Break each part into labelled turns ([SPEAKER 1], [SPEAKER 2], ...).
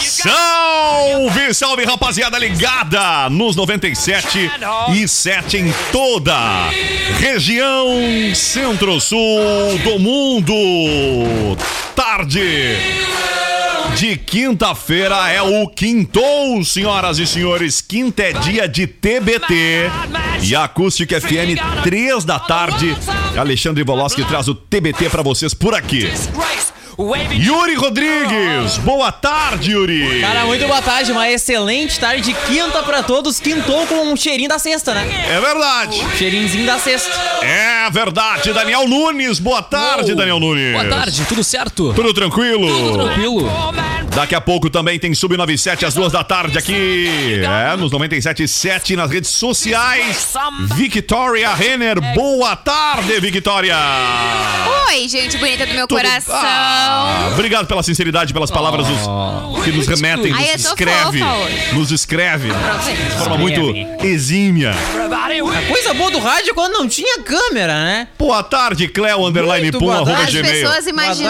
[SPEAKER 1] Salve, salve, rapaziada ligada nos 97 e 7 em toda região centro-sul do mundo. Tarde de quinta-feira é o quintou, senhoras e senhores. Quinta é dia de TBT e a Acústica FM, três da tarde. Alexandre Volosky traz o TBT pra vocês por aqui. Yuri Rodrigues, boa tarde, Yuri.
[SPEAKER 2] Cara, muito boa tarde, uma excelente tarde de quinta pra todos. Quintou com um cheirinho da sexta, né?
[SPEAKER 1] É verdade,
[SPEAKER 2] Cheirinhozinho da sexta.
[SPEAKER 1] é verdade. Daniel Nunes, boa tarde, Daniel Nunes.
[SPEAKER 3] Boa tarde, tudo certo?
[SPEAKER 1] Tudo tranquilo?
[SPEAKER 3] Tranquilo.
[SPEAKER 1] Daqui a pouco também tem Sub97 às duas da tarde aqui. É, nos 97.7 nas redes sociais. Victoria Renner, boa tarde, Victoria.
[SPEAKER 4] Oi, gente bonita do meu
[SPEAKER 1] Tudo-
[SPEAKER 4] coração. Oh.
[SPEAKER 1] Ah, obrigado pela sinceridade, pelas palavras dos- que nos remetem,
[SPEAKER 4] Ai,
[SPEAKER 1] nos
[SPEAKER 4] eu tô
[SPEAKER 1] escreve.
[SPEAKER 4] fofa hoje.
[SPEAKER 1] Nos escreve. De forma
[SPEAKER 4] Aproveita.
[SPEAKER 1] muito exímia.
[SPEAKER 2] A coisa boa do rádio é quando não tinha câmera, né?
[SPEAKER 1] Boa tarde, Cleo, underline
[SPEAKER 2] Muito
[SPEAKER 1] pum,
[SPEAKER 2] boa
[SPEAKER 1] arroba
[SPEAKER 4] As
[SPEAKER 2] tarde,
[SPEAKER 1] gmail.
[SPEAKER 4] pessoas
[SPEAKER 1] Arroba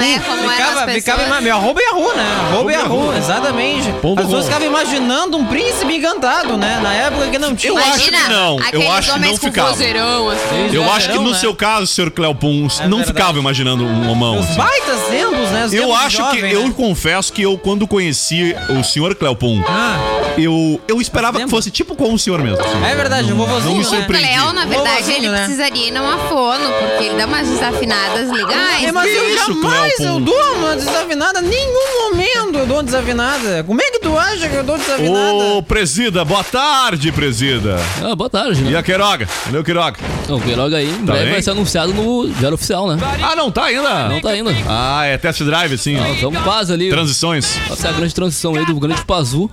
[SPEAKER 4] imaginavam, né, como eram as
[SPEAKER 2] Ficava, ficava
[SPEAKER 4] pessoas.
[SPEAKER 2] ima- meu arroba Yahoo, né? Arroba Yahoo,
[SPEAKER 1] Yahoo.
[SPEAKER 2] exatamente.
[SPEAKER 1] Ponto
[SPEAKER 2] As pessoas
[SPEAKER 1] com.
[SPEAKER 2] ficavam imaginando um príncipe encantado, né? Na época que não tinha.
[SPEAKER 1] Eu acho que não, eu
[SPEAKER 4] aqueles
[SPEAKER 1] acho que
[SPEAKER 4] homens
[SPEAKER 1] não
[SPEAKER 4] com
[SPEAKER 1] ficava.
[SPEAKER 4] vozeirão, assim.
[SPEAKER 1] Eu acho que
[SPEAKER 2] Exagerão,
[SPEAKER 1] no
[SPEAKER 2] né?
[SPEAKER 1] seu caso, senhor Cleo Pum,
[SPEAKER 2] É
[SPEAKER 1] não
[SPEAKER 2] verdade.
[SPEAKER 1] ficava imaginando um homão.
[SPEAKER 2] Os
[SPEAKER 1] assim.
[SPEAKER 2] baitas tempos, né? Os
[SPEAKER 1] Eu
[SPEAKER 2] tempos
[SPEAKER 1] acho que,
[SPEAKER 2] jovem, né?
[SPEAKER 1] eu confesso que eu, quando conheci o senhor Cleopum,
[SPEAKER 2] Ah,
[SPEAKER 1] eu, eu esperava que
[SPEAKER 2] Lembra?
[SPEAKER 1] fosse tipo com o senhor mesmo.
[SPEAKER 2] é verdade, um
[SPEAKER 1] Não
[SPEAKER 2] vovozinho,
[SPEAKER 1] me
[SPEAKER 2] né?
[SPEAKER 4] O
[SPEAKER 1] surpreendi.
[SPEAKER 4] Cleo, na verdade,
[SPEAKER 2] Vovozinho,
[SPEAKER 4] ele
[SPEAKER 2] né?
[SPEAKER 4] precisaria ir numa fono, porque ele dá umas desafinadas legais.
[SPEAKER 2] É, mas
[SPEAKER 1] que
[SPEAKER 2] eu
[SPEAKER 1] isso,
[SPEAKER 2] jamais
[SPEAKER 1] Cleopon?
[SPEAKER 2] eu dou uma desafinada, em nenhum momento eu dou uma desafinada. Como é que tu acha que eu dou desafinada?
[SPEAKER 1] Ô, presida, boa tarde, presida.
[SPEAKER 3] Ah, boa tarde,
[SPEAKER 1] E
[SPEAKER 3] né?
[SPEAKER 1] a Queiroga? Cadê o Queiroga?
[SPEAKER 3] O Queiroga aí, em breve
[SPEAKER 1] Tá bem?
[SPEAKER 3] vai ser anunciado no Diário Oficial, né?
[SPEAKER 1] Ah, não tá ainda?
[SPEAKER 3] Não tá ainda.
[SPEAKER 1] Ah, é test drive, sim.
[SPEAKER 3] Nós estamos quase ali.
[SPEAKER 1] Transições.
[SPEAKER 3] Essa é a grande transição aí do grande Pazu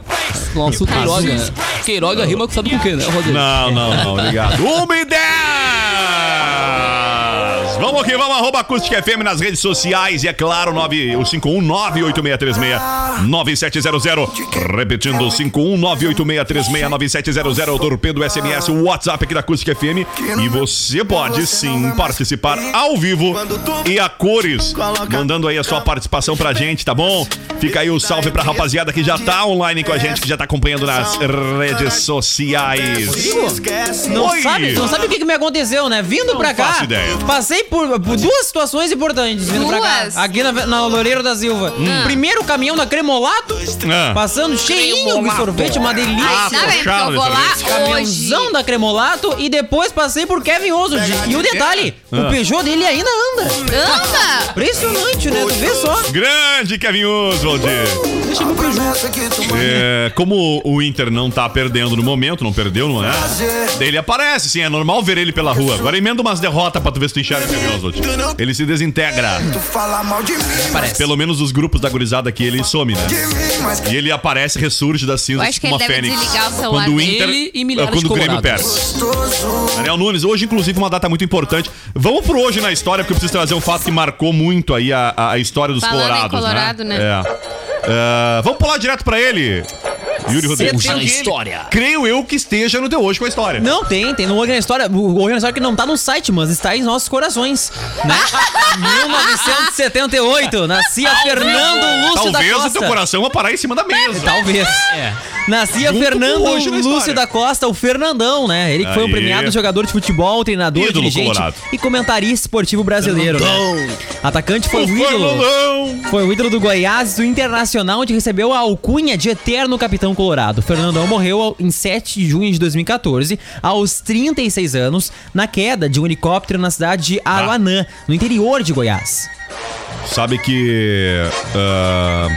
[SPEAKER 3] pro nosso Queiroga, né? Queiroga rima com sabe com quem, né, Rodrigo?
[SPEAKER 1] Não, não, não, obrigado. Uma e dez! Vamos que vamos, arroba Acústica FM nas redes sociais e é claro, 9, o 51986369700. Repetindo, 51986369700 é o Torpedo SMS, o WhatsApp aqui da Acústica FM. E você pode sim participar ao vivo e a cores, mandando aí a sua participação pra gente, tá bom? Fica aí o salve pra rapaziada que já tá online com a gente, que já tá acompanhando nas redes sociais.
[SPEAKER 2] Não
[SPEAKER 1] Oi.
[SPEAKER 2] sabe, não sabe o que, que me aconteceu, né? Vindo pra cá,
[SPEAKER 1] faço ideia.
[SPEAKER 2] passei por, por duas situações importantes vindo pra
[SPEAKER 4] Duas? Ah.
[SPEAKER 2] cá. Aqui na, na Loureiro da Silva.
[SPEAKER 1] Hum.
[SPEAKER 2] Primeiro o caminhão da Cremolato,
[SPEAKER 1] Ah.
[SPEAKER 2] passando cheinho de
[SPEAKER 1] Cremolato.
[SPEAKER 2] sorvete, uma delícia.
[SPEAKER 4] Ai, tá bem, porque eu
[SPEAKER 1] Charles,
[SPEAKER 4] vou lá hoje.
[SPEAKER 2] Caminhãozão da Cremolato e depois passei por Kevin Oswald. E o detalhe,
[SPEAKER 1] Ah.
[SPEAKER 2] o Peugeot dele ainda anda.
[SPEAKER 4] Anda!
[SPEAKER 2] Impressionante, né? Tu vê só.
[SPEAKER 1] Grande Kevin Oswald. É, como o Inter não tá perdendo no momento, não perdeu, não é? Daí Ele aparece, sim, é normal ver ele pela rua. Agora emenda umas derrotas pra tu ver se tu enxerga o Kevin Oswald. Ele se desintegra.
[SPEAKER 5] Tu fala mal de mim,
[SPEAKER 2] Parece.
[SPEAKER 1] Pelo menos os grupos da gurizada aqui, ele some, né?
[SPEAKER 5] de mim, mas
[SPEAKER 1] E ele aparece, ressurge das cinzas
[SPEAKER 4] Eu acho que
[SPEAKER 1] como
[SPEAKER 4] ele
[SPEAKER 1] a
[SPEAKER 4] deve
[SPEAKER 1] Fênix.
[SPEAKER 4] desligar o celular
[SPEAKER 1] Quando o Inter, É,
[SPEAKER 3] dele e milhares
[SPEAKER 1] quando
[SPEAKER 3] de
[SPEAKER 1] o Grêmio perde.
[SPEAKER 3] colorados.
[SPEAKER 1] Daniel Nunes, hoje, inclusive, uma data muito importante. Vamos pro hoje na história, porque eu preciso trazer um fato que marcou muito aí a, a- a história dos
[SPEAKER 4] Falando em
[SPEAKER 1] colorados.
[SPEAKER 4] Colorado, né?
[SPEAKER 1] É. Ah, vamos pular direto pra ele. Yuri Rodrigues.
[SPEAKER 3] Hoje na história.
[SPEAKER 1] Creio eu que esteja no teu hoje com a história.
[SPEAKER 2] Não, tem, tem no Hoje na História. O Hoje na História que não tá no site, mas está em nossos corações. Né? 1978, nascia Fernando Lúcio da
[SPEAKER 1] Talvez o
[SPEAKER 2] Costa.
[SPEAKER 1] teu coração vá parar em cima da mesa.
[SPEAKER 2] Talvez. Nascia
[SPEAKER 1] Junto com
[SPEAKER 2] Fernando
[SPEAKER 1] o Hoje na
[SPEAKER 2] Lúcio
[SPEAKER 1] História.
[SPEAKER 2] da Costa, o Fernandão, né? Ele que foi um
[SPEAKER 1] Aí.
[SPEAKER 2] premiado jogador de futebol, treinador,
[SPEAKER 1] Ídolo
[SPEAKER 2] dirigente
[SPEAKER 1] colorado.
[SPEAKER 2] e comentarista esportivo brasileiro, né? Atacante foi
[SPEAKER 1] O
[SPEAKER 2] o ídolo.
[SPEAKER 1] Fernandão.
[SPEAKER 2] Foi o ídolo do Goiás e do Internacional, onde recebeu a alcunha de eterno capitão colorado. Fernandão morreu ao- em 7 de junho de 2014, aos 36 anos, na queda de um helicóptero na cidade de Aruanã, no interior de Goiás.
[SPEAKER 1] Sabe que. ah,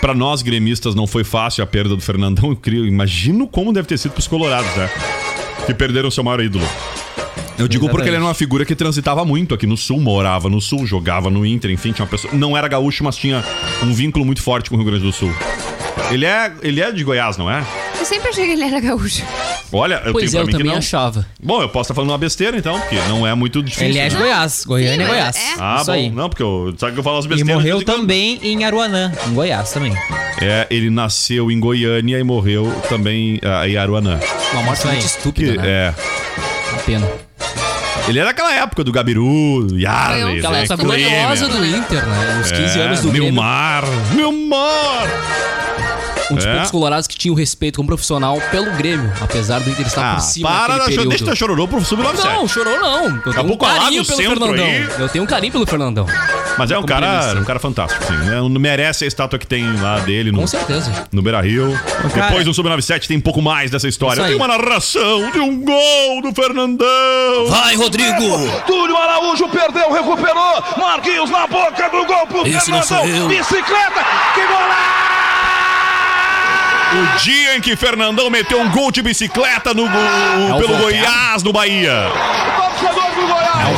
[SPEAKER 1] pra nós gremistas não foi fácil a perda do Fernandão e Crio. Imagino como deve ter sido pros colorados, né? Que perderam seu maior ídolo. Eu digo porque ele era uma figura que transitava muito aqui no Sul, morava no Sul, jogava no Inter, enfim, tinha uma pessoa. Não era gaúcho, mas tinha um vínculo muito forte com o Rio Grande do Sul. Ele é, ele é de Goiás, não é?
[SPEAKER 4] Eu sempre achei que ele era gaúcho.
[SPEAKER 1] Olha, eu tenho
[SPEAKER 3] Pois é,
[SPEAKER 1] pra
[SPEAKER 3] eu
[SPEAKER 1] mim que
[SPEAKER 3] também
[SPEAKER 1] não.
[SPEAKER 3] achava.
[SPEAKER 1] Bom, eu posso estar falando uma besteira então, porque não é muito difícil.
[SPEAKER 2] Ele é de
[SPEAKER 1] né?
[SPEAKER 2] Goiás. Goiânia é
[SPEAKER 4] Sim, mas
[SPEAKER 2] Goiás.
[SPEAKER 4] é.
[SPEAKER 1] Ah,
[SPEAKER 2] Isso
[SPEAKER 1] bom,
[SPEAKER 2] aí.
[SPEAKER 1] não, porque eu, sabe que eu falo as
[SPEAKER 2] E
[SPEAKER 1] besteiras. de
[SPEAKER 2] morreu
[SPEAKER 1] vez em quando.
[SPEAKER 2] também em Aruanã, em Goiás também.
[SPEAKER 1] É, ele nasceu em Goiânia e morreu também ah, em Aruanã.
[SPEAKER 3] Uma morte muito
[SPEAKER 1] Que,
[SPEAKER 3] estúpida, né?
[SPEAKER 1] é.
[SPEAKER 3] Uma pena.
[SPEAKER 1] Ele era daquela época do Gabiru,
[SPEAKER 4] Foi um-
[SPEAKER 1] Yarley,
[SPEAKER 3] Aquela
[SPEAKER 1] né,
[SPEAKER 3] época
[SPEAKER 1] Klemer,
[SPEAKER 3] gloriosa do Inter, né? Os 15
[SPEAKER 1] é,
[SPEAKER 3] anos do Grêmio.
[SPEAKER 1] Milmar, Milmar!
[SPEAKER 3] Um dos
[SPEAKER 1] É.
[SPEAKER 3] poucos colorados que tinha o respeito como profissional pelo Grêmio, apesar do Inter estar
[SPEAKER 1] Ah,
[SPEAKER 3] Tá por cima
[SPEAKER 1] para,
[SPEAKER 3] naquele
[SPEAKER 1] da-
[SPEAKER 3] período.
[SPEAKER 1] deixa da chororô pro sub-97.
[SPEAKER 3] Não, chorou não. Eu tenho
[SPEAKER 1] Acabou
[SPEAKER 3] um
[SPEAKER 1] com a lá
[SPEAKER 3] carinho
[SPEAKER 1] do
[SPEAKER 3] pelo
[SPEAKER 1] centro
[SPEAKER 3] Fernandão.
[SPEAKER 1] aí.
[SPEAKER 3] Eu tenho um carinho pelo Fernandão.
[SPEAKER 1] Mas é um
[SPEAKER 3] Como
[SPEAKER 1] cara,
[SPEAKER 3] previsível.
[SPEAKER 1] um cara fantástico, sim. É, um- merece a estátua que tem lá dele no,
[SPEAKER 3] Com certeza.
[SPEAKER 1] no Beira Rio.
[SPEAKER 2] cara-
[SPEAKER 1] Depois no Sub-97 tem um pouco mais dessa história.
[SPEAKER 3] Isso aí.
[SPEAKER 1] Tem uma narração de um gol do Fernandão.
[SPEAKER 3] Vai, Rodrigo!
[SPEAKER 6] Túlio Araújo perdeu, recuperou. Marquinhos na boca do gol pro
[SPEAKER 3] Esse não sou eu.
[SPEAKER 6] Bicicleta. Que
[SPEAKER 1] O dia em que Fernandão meteu um gol de bicicleta no, go-
[SPEAKER 3] É o
[SPEAKER 1] pelo
[SPEAKER 3] Voltaire.
[SPEAKER 1] Goiás no Bahia.
[SPEAKER 6] golaço do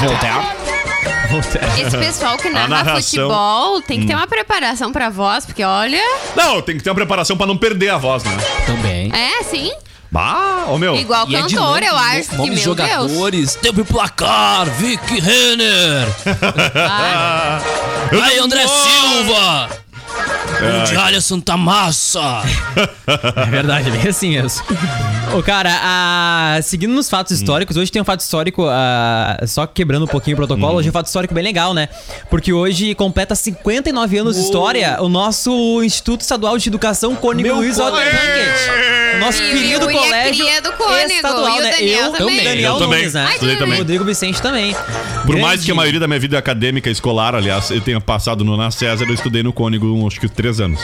[SPEAKER 6] Goiás.
[SPEAKER 4] Esse pessoal que narra
[SPEAKER 1] narração- Hum.
[SPEAKER 4] futebol tem que ter uma preparação pra voz, porque olha.
[SPEAKER 1] Não, tem que ter uma preparação pra não perder a voz, né?
[SPEAKER 3] Também.
[SPEAKER 4] É, sim.
[SPEAKER 1] Bah, ô meu.
[SPEAKER 4] Igual
[SPEAKER 3] E é de
[SPEAKER 4] cantor,
[SPEAKER 3] nome-
[SPEAKER 4] eu acho.
[SPEAKER 3] nome
[SPEAKER 4] que, meu
[SPEAKER 3] de
[SPEAKER 4] Deus.
[SPEAKER 3] jogadores, tempo e placar, Vicky Renner,
[SPEAKER 1] Eu não É,
[SPEAKER 3] aí
[SPEAKER 1] então.
[SPEAKER 3] André
[SPEAKER 1] vou.
[SPEAKER 3] Silva, Mundialha Santa Massa.
[SPEAKER 2] É verdade, bem assim mesmo. Ô, cara, ah, seguindo nos
[SPEAKER 1] Hum.
[SPEAKER 2] fatos históricos, hoje tem um fato histórico, ah, só quebrando um pouquinho o protocolo, hoje é um fato histórico bem legal, né? Porque hoje completa 59 anos de história
[SPEAKER 1] Oh.
[SPEAKER 2] o nosso Instituto Estadual de Educação Cônigo
[SPEAKER 3] Meu
[SPEAKER 2] Luiz Otto
[SPEAKER 3] colega!
[SPEAKER 2] Henrique. O nosso
[SPEAKER 4] E o
[SPEAKER 2] querido
[SPEAKER 4] Yuri é
[SPEAKER 2] colégio
[SPEAKER 4] cria do Cônigo,
[SPEAKER 2] estadual,
[SPEAKER 4] e o
[SPEAKER 2] né?
[SPEAKER 4] Daniel
[SPEAKER 2] Eu
[SPEAKER 4] também.
[SPEAKER 2] Daniel
[SPEAKER 1] Eu também.
[SPEAKER 2] Nunes, né?
[SPEAKER 4] Ai, Estudei
[SPEAKER 1] também.
[SPEAKER 2] Rodrigo Vicente também.
[SPEAKER 1] Por mais que a
[SPEAKER 2] Grande.
[SPEAKER 1] maioria da minha vida acadêmica, escolar, aliás, eu tenha passado no Na César, eu estudei no Cônigo acho que três anos.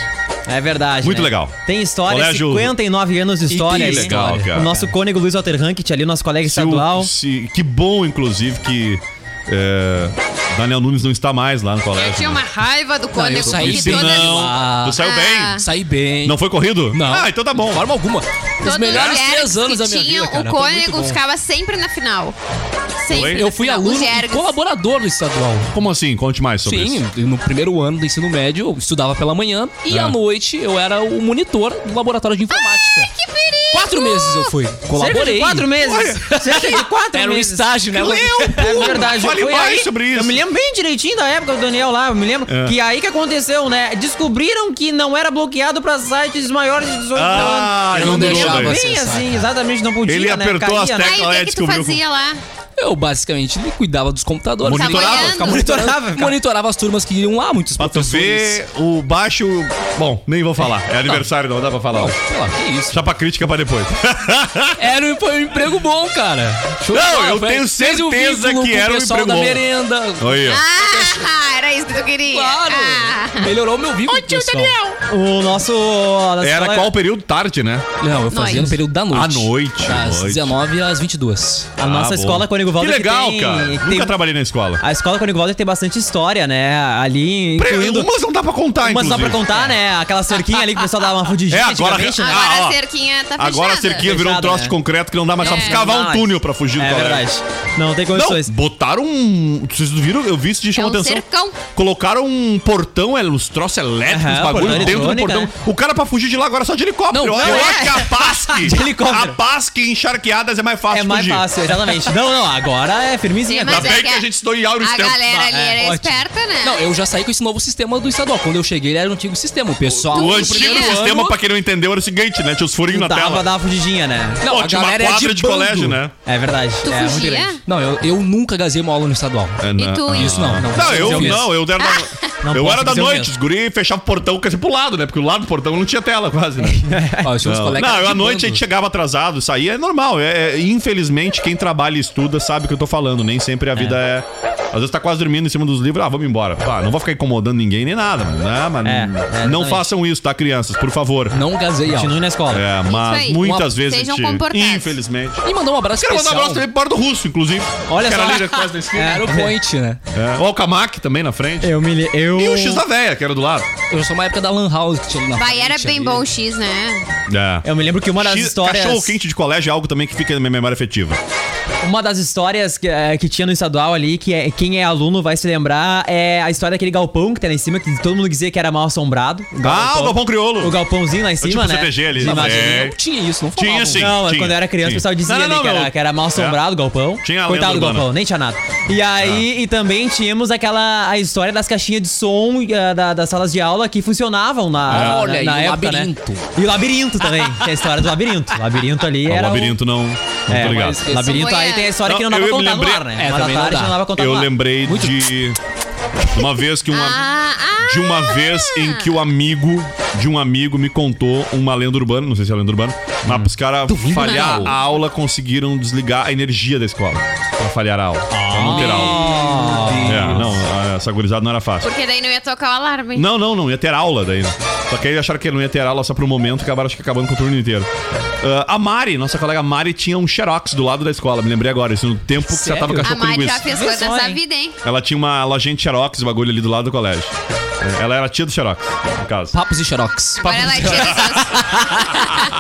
[SPEAKER 2] É verdade.
[SPEAKER 1] Muito
[SPEAKER 2] né?
[SPEAKER 1] legal.
[SPEAKER 2] Tem história,
[SPEAKER 1] Colégio-
[SPEAKER 2] 59 anos de história.
[SPEAKER 1] que
[SPEAKER 2] aí.
[SPEAKER 1] legal, cara.
[SPEAKER 2] O nosso cônego Luiz Walter Rankit ali, nosso colega
[SPEAKER 1] Se o-
[SPEAKER 2] estadual.
[SPEAKER 1] se- que bom, inclusive, que é, Daniel Nunes não está mais lá no
[SPEAKER 4] Eu
[SPEAKER 1] colégio.
[SPEAKER 4] tinha uma
[SPEAKER 1] né?
[SPEAKER 4] raiva do
[SPEAKER 3] eu
[SPEAKER 4] Cônigo,
[SPEAKER 3] saí
[SPEAKER 4] porque
[SPEAKER 1] Se
[SPEAKER 3] de
[SPEAKER 4] todas,
[SPEAKER 1] não,
[SPEAKER 3] Ah.
[SPEAKER 1] tu saiu
[SPEAKER 4] Ah.
[SPEAKER 1] bem.
[SPEAKER 3] Saí bem.
[SPEAKER 1] Não foi corrido?
[SPEAKER 3] Não.
[SPEAKER 1] Ah, então tá bom.
[SPEAKER 3] De forma alguma.
[SPEAKER 4] todas
[SPEAKER 3] Os melhores
[SPEAKER 4] as mulheres
[SPEAKER 3] três anos
[SPEAKER 4] que
[SPEAKER 3] da minha
[SPEAKER 4] tinham,
[SPEAKER 3] vida, cara.
[SPEAKER 4] O
[SPEAKER 3] foi muito
[SPEAKER 4] Cônigo
[SPEAKER 3] bom.
[SPEAKER 4] ficava sempre na final. Sempre.
[SPEAKER 1] Oi?
[SPEAKER 4] na
[SPEAKER 3] Eu fui
[SPEAKER 4] final.
[SPEAKER 3] aluno
[SPEAKER 4] Os
[SPEAKER 3] e
[SPEAKER 4] Jergs.
[SPEAKER 3] colaborador do estadual.
[SPEAKER 1] Como assim? Conte mais sobre
[SPEAKER 3] Sim,
[SPEAKER 1] isso. É.
[SPEAKER 3] no primeiro ano do ensino médio, eu estudava pela manhã e à noite eu era o monitor do laboratório de informática.
[SPEAKER 4] Que perigo!
[SPEAKER 3] Quatro meses eu fui.
[SPEAKER 2] Cerca de
[SPEAKER 3] Colaborei.
[SPEAKER 2] quatro meses. Cerca de quatro
[SPEAKER 3] Era um
[SPEAKER 2] meses.
[SPEAKER 3] estágio, né?
[SPEAKER 2] É verdade.
[SPEAKER 1] Fale
[SPEAKER 2] foi
[SPEAKER 1] mais
[SPEAKER 2] aí-
[SPEAKER 1] sobre isso.
[SPEAKER 2] Eu me lembro bem direitinho da época do Daniel lá. Eu me lembro
[SPEAKER 1] É.
[SPEAKER 2] que aí que aconteceu, né? Descobriram que não era bloqueado pra sites maiores de 18
[SPEAKER 1] Ah,
[SPEAKER 2] anos.
[SPEAKER 1] eu não
[SPEAKER 2] deixava
[SPEAKER 1] deixava
[SPEAKER 2] Bem
[SPEAKER 3] acessar,
[SPEAKER 2] assim,
[SPEAKER 3] cara.
[SPEAKER 2] exatamente, não podia,
[SPEAKER 1] Ele
[SPEAKER 2] né?
[SPEAKER 1] apertou
[SPEAKER 2] Caía,
[SPEAKER 1] as
[SPEAKER 2] né?
[SPEAKER 4] Aí, o
[SPEAKER 1] teclas
[SPEAKER 4] que,
[SPEAKER 1] e
[SPEAKER 4] que tu
[SPEAKER 1] é? descobriu.
[SPEAKER 4] fazia lá?
[SPEAKER 3] Eu basicamente cuidava dos computadores.
[SPEAKER 1] Monitorava?
[SPEAKER 3] Ficava
[SPEAKER 4] Trabalhando.
[SPEAKER 3] monitorando-
[SPEAKER 2] Monitorava, cara.
[SPEAKER 3] Monitorava as turmas que iam lá, muitos
[SPEAKER 1] Pra tu
[SPEAKER 3] professores.
[SPEAKER 1] ver o baixo. Bom, nem vou falar. É aniversário, não dá pra falar.
[SPEAKER 3] Não, sei lá, que isso.
[SPEAKER 1] Chapa crítica pra depois.
[SPEAKER 3] Era um, foi um emprego bom, cara. Deixa
[SPEAKER 1] Não,
[SPEAKER 3] falar,
[SPEAKER 1] eu
[SPEAKER 3] foi-
[SPEAKER 1] tenho
[SPEAKER 3] fez um
[SPEAKER 1] certeza
[SPEAKER 3] vínculo
[SPEAKER 1] que
[SPEAKER 3] com
[SPEAKER 1] era um
[SPEAKER 3] o pessoal
[SPEAKER 1] emprego
[SPEAKER 3] da
[SPEAKER 1] bom.
[SPEAKER 3] merenda.
[SPEAKER 1] Olha. aí,
[SPEAKER 4] Ah, era isso que tu queria.
[SPEAKER 3] Claro.
[SPEAKER 4] Ah.
[SPEAKER 3] Melhorou meu vínculo. Ô, tio Daniel.
[SPEAKER 2] O nosso...
[SPEAKER 1] ó. Era qual período? Tarde, né?
[SPEAKER 3] Não, eu fazia no
[SPEAKER 4] Noite.
[SPEAKER 3] período da noite.
[SPEAKER 1] À noite,
[SPEAKER 3] Das
[SPEAKER 1] noite.
[SPEAKER 3] 19 às 22.
[SPEAKER 2] A nossa
[SPEAKER 1] Ah,
[SPEAKER 2] escola
[SPEAKER 1] bom.
[SPEAKER 2] Cônigo Valdo
[SPEAKER 1] Que legal,
[SPEAKER 2] tem,
[SPEAKER 1] cara.
[SPEAKER 2] que
[SPEAKER 1] Nunca
[SPEAKER 2] tem-
[SPEAKER 1] trabalhei na escola.
[SPEAKER 2] A escola Cônigo Valdo tem bastante história, né? Ali,
[SPEAKER 1] Pre-
[SPEAKER 2] incluindo...
[SPEAKER 1] Umas não dá pra contar,
[SPEAKER 2] Mas
[SPEAKER 1] inclusive.
[SPEAKER 2] só pra contar, né? Aquela cerquinha ali que o pessoal dava uma fudidinha
[SPEAKER 1] É, agora-
[SPEAKER 2] antigamente, né?
[SPEAKER 4] Agora
[SPEAKER 1] Ah, ó.
[SPEAKER 4] a cerquinha tá fechada.
[SPEAKER 1] Agora a cerquinha virou um
[SPEAKER 2] Fechada,
[SPEAKER 1] troço
[SPEAKER 2] né?
[SPEAKER 1] de concreto que não dá mais pra
[SPEAKER 4] É.
[SPEAKER 1] cavar um
[SPEAKER 2] Não,
[SPEAKER 1] túnel pra fugir do
[SPEAKER 2] É
[SPEAKER 1] colégio.
[SPEAKER 2] verdade. Não tem
[SPEAKER 1] Não,
[SPEAKER 2] condições.
[SPEAKER 1] botaram um. Vocês viram? Eu vi isso de chamou
[SPEAKER 4] É um
[SPEAKER 1] atenção.
[SPEAKER 4] cercão.
[SPEAKER 1] Colocaram um portão, é, uns troços elétricos,
[SPEAKER 2] Aham,
[SPEAKER 1] bagulho
[SPEAKER 2] portão
[SPEAKER 1] dentro do
[SPEAKER 2] eletrônica, é.
[SPEAKER 1] portão. O cara pra fugir de lá agora é só de helicóptero.
[SPEAKER 3] Não,
[SPEAKER 1] Eu
[SPEAKER 3] não
[SPEAKER 1] acho que a PASC.
[SPEAKER 2] De helicóptero.
[SPEAKER 1] A PASC encharqueadas é mais fácil
[SPEAKER 2] É
[SPEAKER 1] de
[SPEAKER 2] mais
[SPEAKER 1] fugir.
[SPEAKER 2] fácil, exatamente. Não, não, agora é firmezinha.
[SPEAKER 4] Sim,
[SPEAKER 2] Agora.
[SPEAKER 4] mas
[SPEAKER 1] Ainda
[SPEAKER 4] é
[SPEAKER 1] tá bem
[SPEAKER 4] que
[SPEAKER 1] que a
[SPEAKER 4] a-
[SPEAKER 1] gente estudou em áureos
[SPEAKER 4] A
[SPEAKER 1] tempos.
[SPEAKER 4] galera ali
[SPEAKER 2] Ah, é,
[SPEAKER 4] era
[SPEAKER 2] ótimo.
[SPEAKER 4] esperta, né?
[SPEAKER 3] Não, eu já saí com esse novo sistema do estadual. Quando eu cheguei, ele era o antigo sistema. O pessoal.
[SPEAKER 1] O
[SPEAKER 3] no
[SPEAKER 1] antigo
[SPEAKER 3] primeiro
[SPEAKER 1] sistema,
[SPEAKER 3] ano-
[SPEAKER 1] pra quem não entendeu, era o seguinte, né? Tinha os furinhos na
[SPEAKER 2] dava,
[SPEAKER 1] tela.
[SPEAKER 2] dava uma fudidinha, né?
[SPEAKER 3] Não,
[SPEAKER 1] Pô,
[SPEAKER 3] a
[SPEAKER 1] tinha uma
[SPEAKER 3] galera é
[SPEAKER 1] quadra
[SPEAKER 3] de,
[SPEAKER 1] de
[SPEAKER 3] bando.
[SPEAKER 1] colégio, né?
[SPEAKER 2] É verdade.
[SPEAKER 4] Tu
[SPEAKER 2] é, muito
[SPEAKER 4] fugia?
[SPEAKER 2] grande.
[SPEAKER 3] Não, eu, eu nunca gazei uma aula no estadual.
[SPEAKER 1] É,
[SPEAKER 4] E tu, Yuri?
[SPEAKER 3] Isso não. Não,
[SPEAKER 1] Não, eu
[SPEAKER 3] fiz.
[SPEAKER 1] não, eu era da,
[SPEAKER 2] Não
[SPEAKER 1] eu
[SPEAKER 2] posso
[SPEAKER 1] era da
[SPEAKER 2] dizer o
[SPEAKER 1] noite,
[SPEAKER 2] mesmo.
[SPEAKER 1] os guri fechavam o portão quase pro lado, né? Porque o lado do portão não tinha tela quase, né?
[SPEAKER 3] Ó, eu tinha uns
[SPEAKER 1] Não,
[SPEAKER 3] colegas
[SPEAKER 1] não eu
[SPEAKER 3] de
[SPEAKER 1] à noite
[SPEAKER 3] bando.
[SPEAKER 1] a gente chegava atrasado, saía, é normal. É, é- infelizmente, quem trabalha e estuda sabe o que eu tô falando. Nem sempre a vida é, é, Às vezes tá quase dormindo em cima dos livros, ah, vamos embora. Ah, não vou ficar incomodando ninguém nem nada, mano. Né? Mas
[SPEAKER 2] É, é,
[SPEAKER 1] não
[SPEAKER 2] exatamente.
[SPEAKER 1] façam isso, tá, crianças? Por favor.
[SPEAKER 3] Não gazeia.
[SPEAKER 2] Continue na escola.
[SPEAKER 1] É, mas
[SPEAKER 4] aí.
[SPEAKER 1] muitas vezes
[SPEAKER 4] Sejam
[SPEAKER 1] a gente-
[SPEAKER 4] comportados.
[SPEAKER 1] infelizmente.
[SPEAKER 3] E mandar um abraço
[SPEAKER 1] Quero mandar um
[SPEAKER 3] especial.
[SPEAKER 1] abraço também pro Bar do Russo, inclusive.
[SPEAKER 2] Olha
[SPEAKER 1] que
[SPEAKER 2] só.
[SPEAKER 1] Era ali quase da esquina.
[SPEAKER 3] Era o point, né?
[SPEAKER 1] É. Ó, o Kamak também na frente.
[SPEAKER 2] Eu me li- eu
[SPEAKER 1] E o X da Véia, que era do lado.
[SPEAKER 3] Eu sou uma época da Lan House que tinha ali na
[SPEAKER 4] Vai, era
[SPEAKER 3] frente
[SPEAKER 4] bem
[SPEAKER 3] ali.
[SPEAKER 4] bom o X, né?
[SPEAKER 1] É.
[SPEAKER 2] Eu me lembro que uma das histórias
[SPEAKER 1] Cachorro quente de colégio é algo também que fica na minha memória afetiva.
[SPEAKER 2] Uma das histórias que, eh, que tinha no estadual ali, que é, quem é aluno vai se lembrar, é a história daquele galpão que tem lá em cima, que todo mundo dizia que era mal assombrado.
[SPEAKER 1] Ah, o galpão crioulo.
[SPEAKER 2] O galpãozinho lá em cima, né?
[SPEAKER 1] tipo CTG ali,
[SPEAKER 2] De
[SPEAKER 1] né?
[SPEAKER 2] imagem.
[SPEAKER 1] É.
[SPEAKER 3] Não tinha isso, não
[SPEAKER 1] Tinha
[SPEAKER 3] falavam.
[SPEAKER 1] sim.
[SPEAKER 2] não,
[SPEAKER 1] tinha,
[SPEAKER 2] quando eu era criança,
[SPEAKER 1] tinha.
[SPEAKER 2] o pessoal dizia
[SPEAKER 1] Não, não,
[SPEAKER 2] ali
[SPEAKER 1] não,
[SPEAKER 2] que, era,
[SPEAKER 1] eu-
[SPEAKER 2] que era mal assombrado o galpão.
[SPEAKER 1] Tinha a
[SPEAKER 2] Coitado do
[SPEAKER 1] lenda
[SPEAKER 2] galpão,
[SPEAKER 1] urbana. É.
[SPEAKER 2] nem tinha nada. E aí, e também tínhamos aquela a história das caixinhas de som eh, da- das salas de aula que funcionavam na,
[SPEAKER 3] Ah, Olha,
[SPEAKER 2] na,
[SPEAKER 3] e
[SPEAKER 2] na
[SPEAKER 3] o
[SPEAKER 2] época,
[SPEAKER 3] labirinto.
[SPEAKER 2] né? E o labirinto também. Tem a história do labirinto. O labirinto ali
[SPEAKER 1] Ah,
[SPEAKER 2] era.
[SPEAKER 1] o
[SPEAKER 2] o-
[SPEAKER 1] labirinto não. Não
[SPEAKER 2] É,
[SPEAKER 1] tô ligado.
[SPEAKER 2] mas labirinto aí tem a história que não dá
[SPEAKER 1] Não,
[SPEAKER 2] pra
[SPEAKER 1] eu me
[SPEAKER 2] contar
[SPEAKER 1] lembrei-
[SPEAKER 2] no ar, né?
[SPEAKER 3] É,
[SPEAKER 2] Uma da
[SPEAKER 3] também não
[SPEAKER 2] tarde
[SPEAKER 3] dá.
[SPEAKER 2] não dá pra contar
[SPEAKER 1] Eu
[SPEAKER 2] no ar.
[SPEAKER 1] lembrei de. Uma vez que um. a-
[SPEAKER 4] Ah, ah!
[SPEAKER 1] De uma vez em que o amigo de um amigo me contou uma lenda urbana, não sei se é lenda urbana, mas pros caras falhar a aula conseguiram desligar a energia da escola pra falhar a aula. pra não ter aula. É, não, essa gurizada não era fácil.
[SPEAKER 4] Porque daí não ia tocar o alarme.
[SPEAKER 1] Não, não, não, ia ter aula daí. né? Só que aí acharam que não ia ter aula só pro momento, acabaram acho que acabando com o turno inteiro. Ah, a Mari, nossa colega Mari, tinha um xerox do lado da escola, me lembrei agora, isso no tempo que você
[SPEAKER 3] Sério?
[SPEAKER 1] tava
[SPEAKER 4] A
[SPEAKER 1] cachorro com
[SPEAKER 4] Mari já
[SPEAKER 1] linguiça.
[SPEAKER 4] fez coisa
[SPEAKER 2] só,
[SPEAKER 4] dessa
[SPEAKER 2] hein?
[SPEAKER 4] vida, hein?
[SPEAKER 1] Ela tinha uma lojinha de xerox, o bagulho ali do lado do colégio. É, Ela era tia do xerox, no caso.
[SPEAKER 3] Papos e xerox.
[SPEAKER 4] Agora ela tira essas...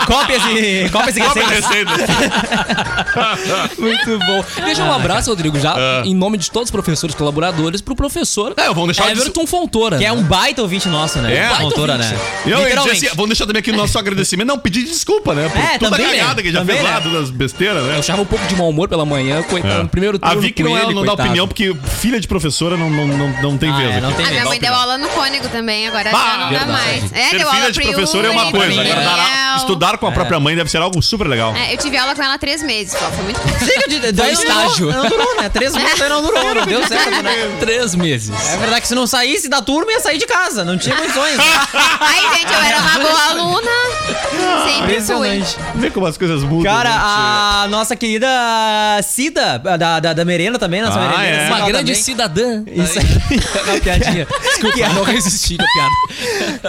[SPEAKER 2] Cópias e. Cópias e
[SPEAKER 1] Cobre
[SPEAKER 2] receitas.
[SPEAKER 1] receita.
[SPEAKER 3] Muito bom. Deixa
[SPEAKER 2] Ah.
[SPEAKER 3] um abraço, Rodrigo, já em nome de todos os professores colaboradores, pro professor
[SPEAKER 1] Ah. É, vamos deixar o des-
[SPEAKER 3] Everton Fontoura.
[SPEAKER 2] Que é um baita ouvinte nosso, né?
[SPEAKER 1] É.
[SPEAKER 2] Baita Autora,
[SPEAKER 3] ouvinte.
[SPEAKER 2] né?
[SPEAKER 1] Eu ia dizer
[SPEAKER 2] Literalmente.
[SPEAKER 1] assim, vamos deixar também aqui o nosso agradecimento. Não, pedir desculpa, né? Por
[SPEAKER 2] É,
[SPEAKER 1] toda a
[SPEAKER 2] também,
[SPEAKER 1] cagada
[SPEAKER 2] né?
[SPEAKER 1] que já
[SPEAKER 2] Também,
[SPEAKER 1] fez lá,
[SPEAKER 2] né?
[SPEAKER 1] das besteiras, né?
[SPEAKER 3] Eu achava um pouco de mau humor pela manhã, coitado.
[SPEAKER 1] É.
[SPEAKER 3] No um primeiro
[SPEAKER 1] a
[SPEAKER 3] turno
[SPEAKER 1] Vic não,
[SPEAKER 3] com
[SPEAKER 1] é-
[SPEAKER 3] ele,
[SPEAKER 1] não dá
[SPEAKER 3] coitado.
[SPEAKER 1] opinião, porque filha de professora não, não, não, não tem
[SPEAKER 2] Ah,
[SPEAKER 1] vez.
[SPEAKER 2] é, não
[SPEAKER 1] aqui.
[SPEAKER 2] tem
[SPEAKER 4] A minha
[SPEAKER 2] vez.
[SPEAKER 4] mãe deu aula no Cônigo também, agora já não dá
[SPEAKER 3] verdade.
[SPEAKER 4] mais. É,
[SPEAKER 1] Ser
[SPEAKER 4] deu aula
[SPEAKER 1] filha de
[SPEAKER 4] pro
[SPEAKER 1] professor é uma
[SPEAKER 4] Yuri,
[SPEAKER 1] coisa.
[SPEAKER 4] pro
[SPEAKER 1] Agora, dar a-
[SPEAKER 4] Daniel.
[SPEAKER 1] estudar
[SPEAKER 2] É.
[SPEAKER 1] com a própria mãe deve ser algo super legal.
[SPEAKER 4] É, eu tive aula com ela há três meses, só. Foi muito pouco.
[SPEAKER 2] Chega de. daí não
[SPEAKER 3] estágio.
[SPEAKER 2] durou, Não durou, um né? Três meses aí não durou, não deu certo, né?
[SPEAKER 3] Três meses.
[SPEAKER 2] É verdade que se não saísse da turma, ia sair de casa. Não tinha condições. né?
[SPEAKER 4] Ai, gente, eu era uma boa aluna. Sempre fui.
[SPEAKER 2] Impressionante.
[SPEAKER 1] Vê como as coisas mudam. né?
[SPEAKER 2] Cara,
[SPEAKER 1] gente.
[SPEAKER 2] a nossa querida Cida, da, da, da merenda também, nossa
[SPEAKER 1] Ah,
[SPEAKER 2] merenda.
[SPEAKER 1] é.
[SPEAKER 3] Uma grande cidadã.
[SPEAKER 2] Isso aí. Uma piadinha.
[SPEAKER 3] Desculpa, não resisti na piada.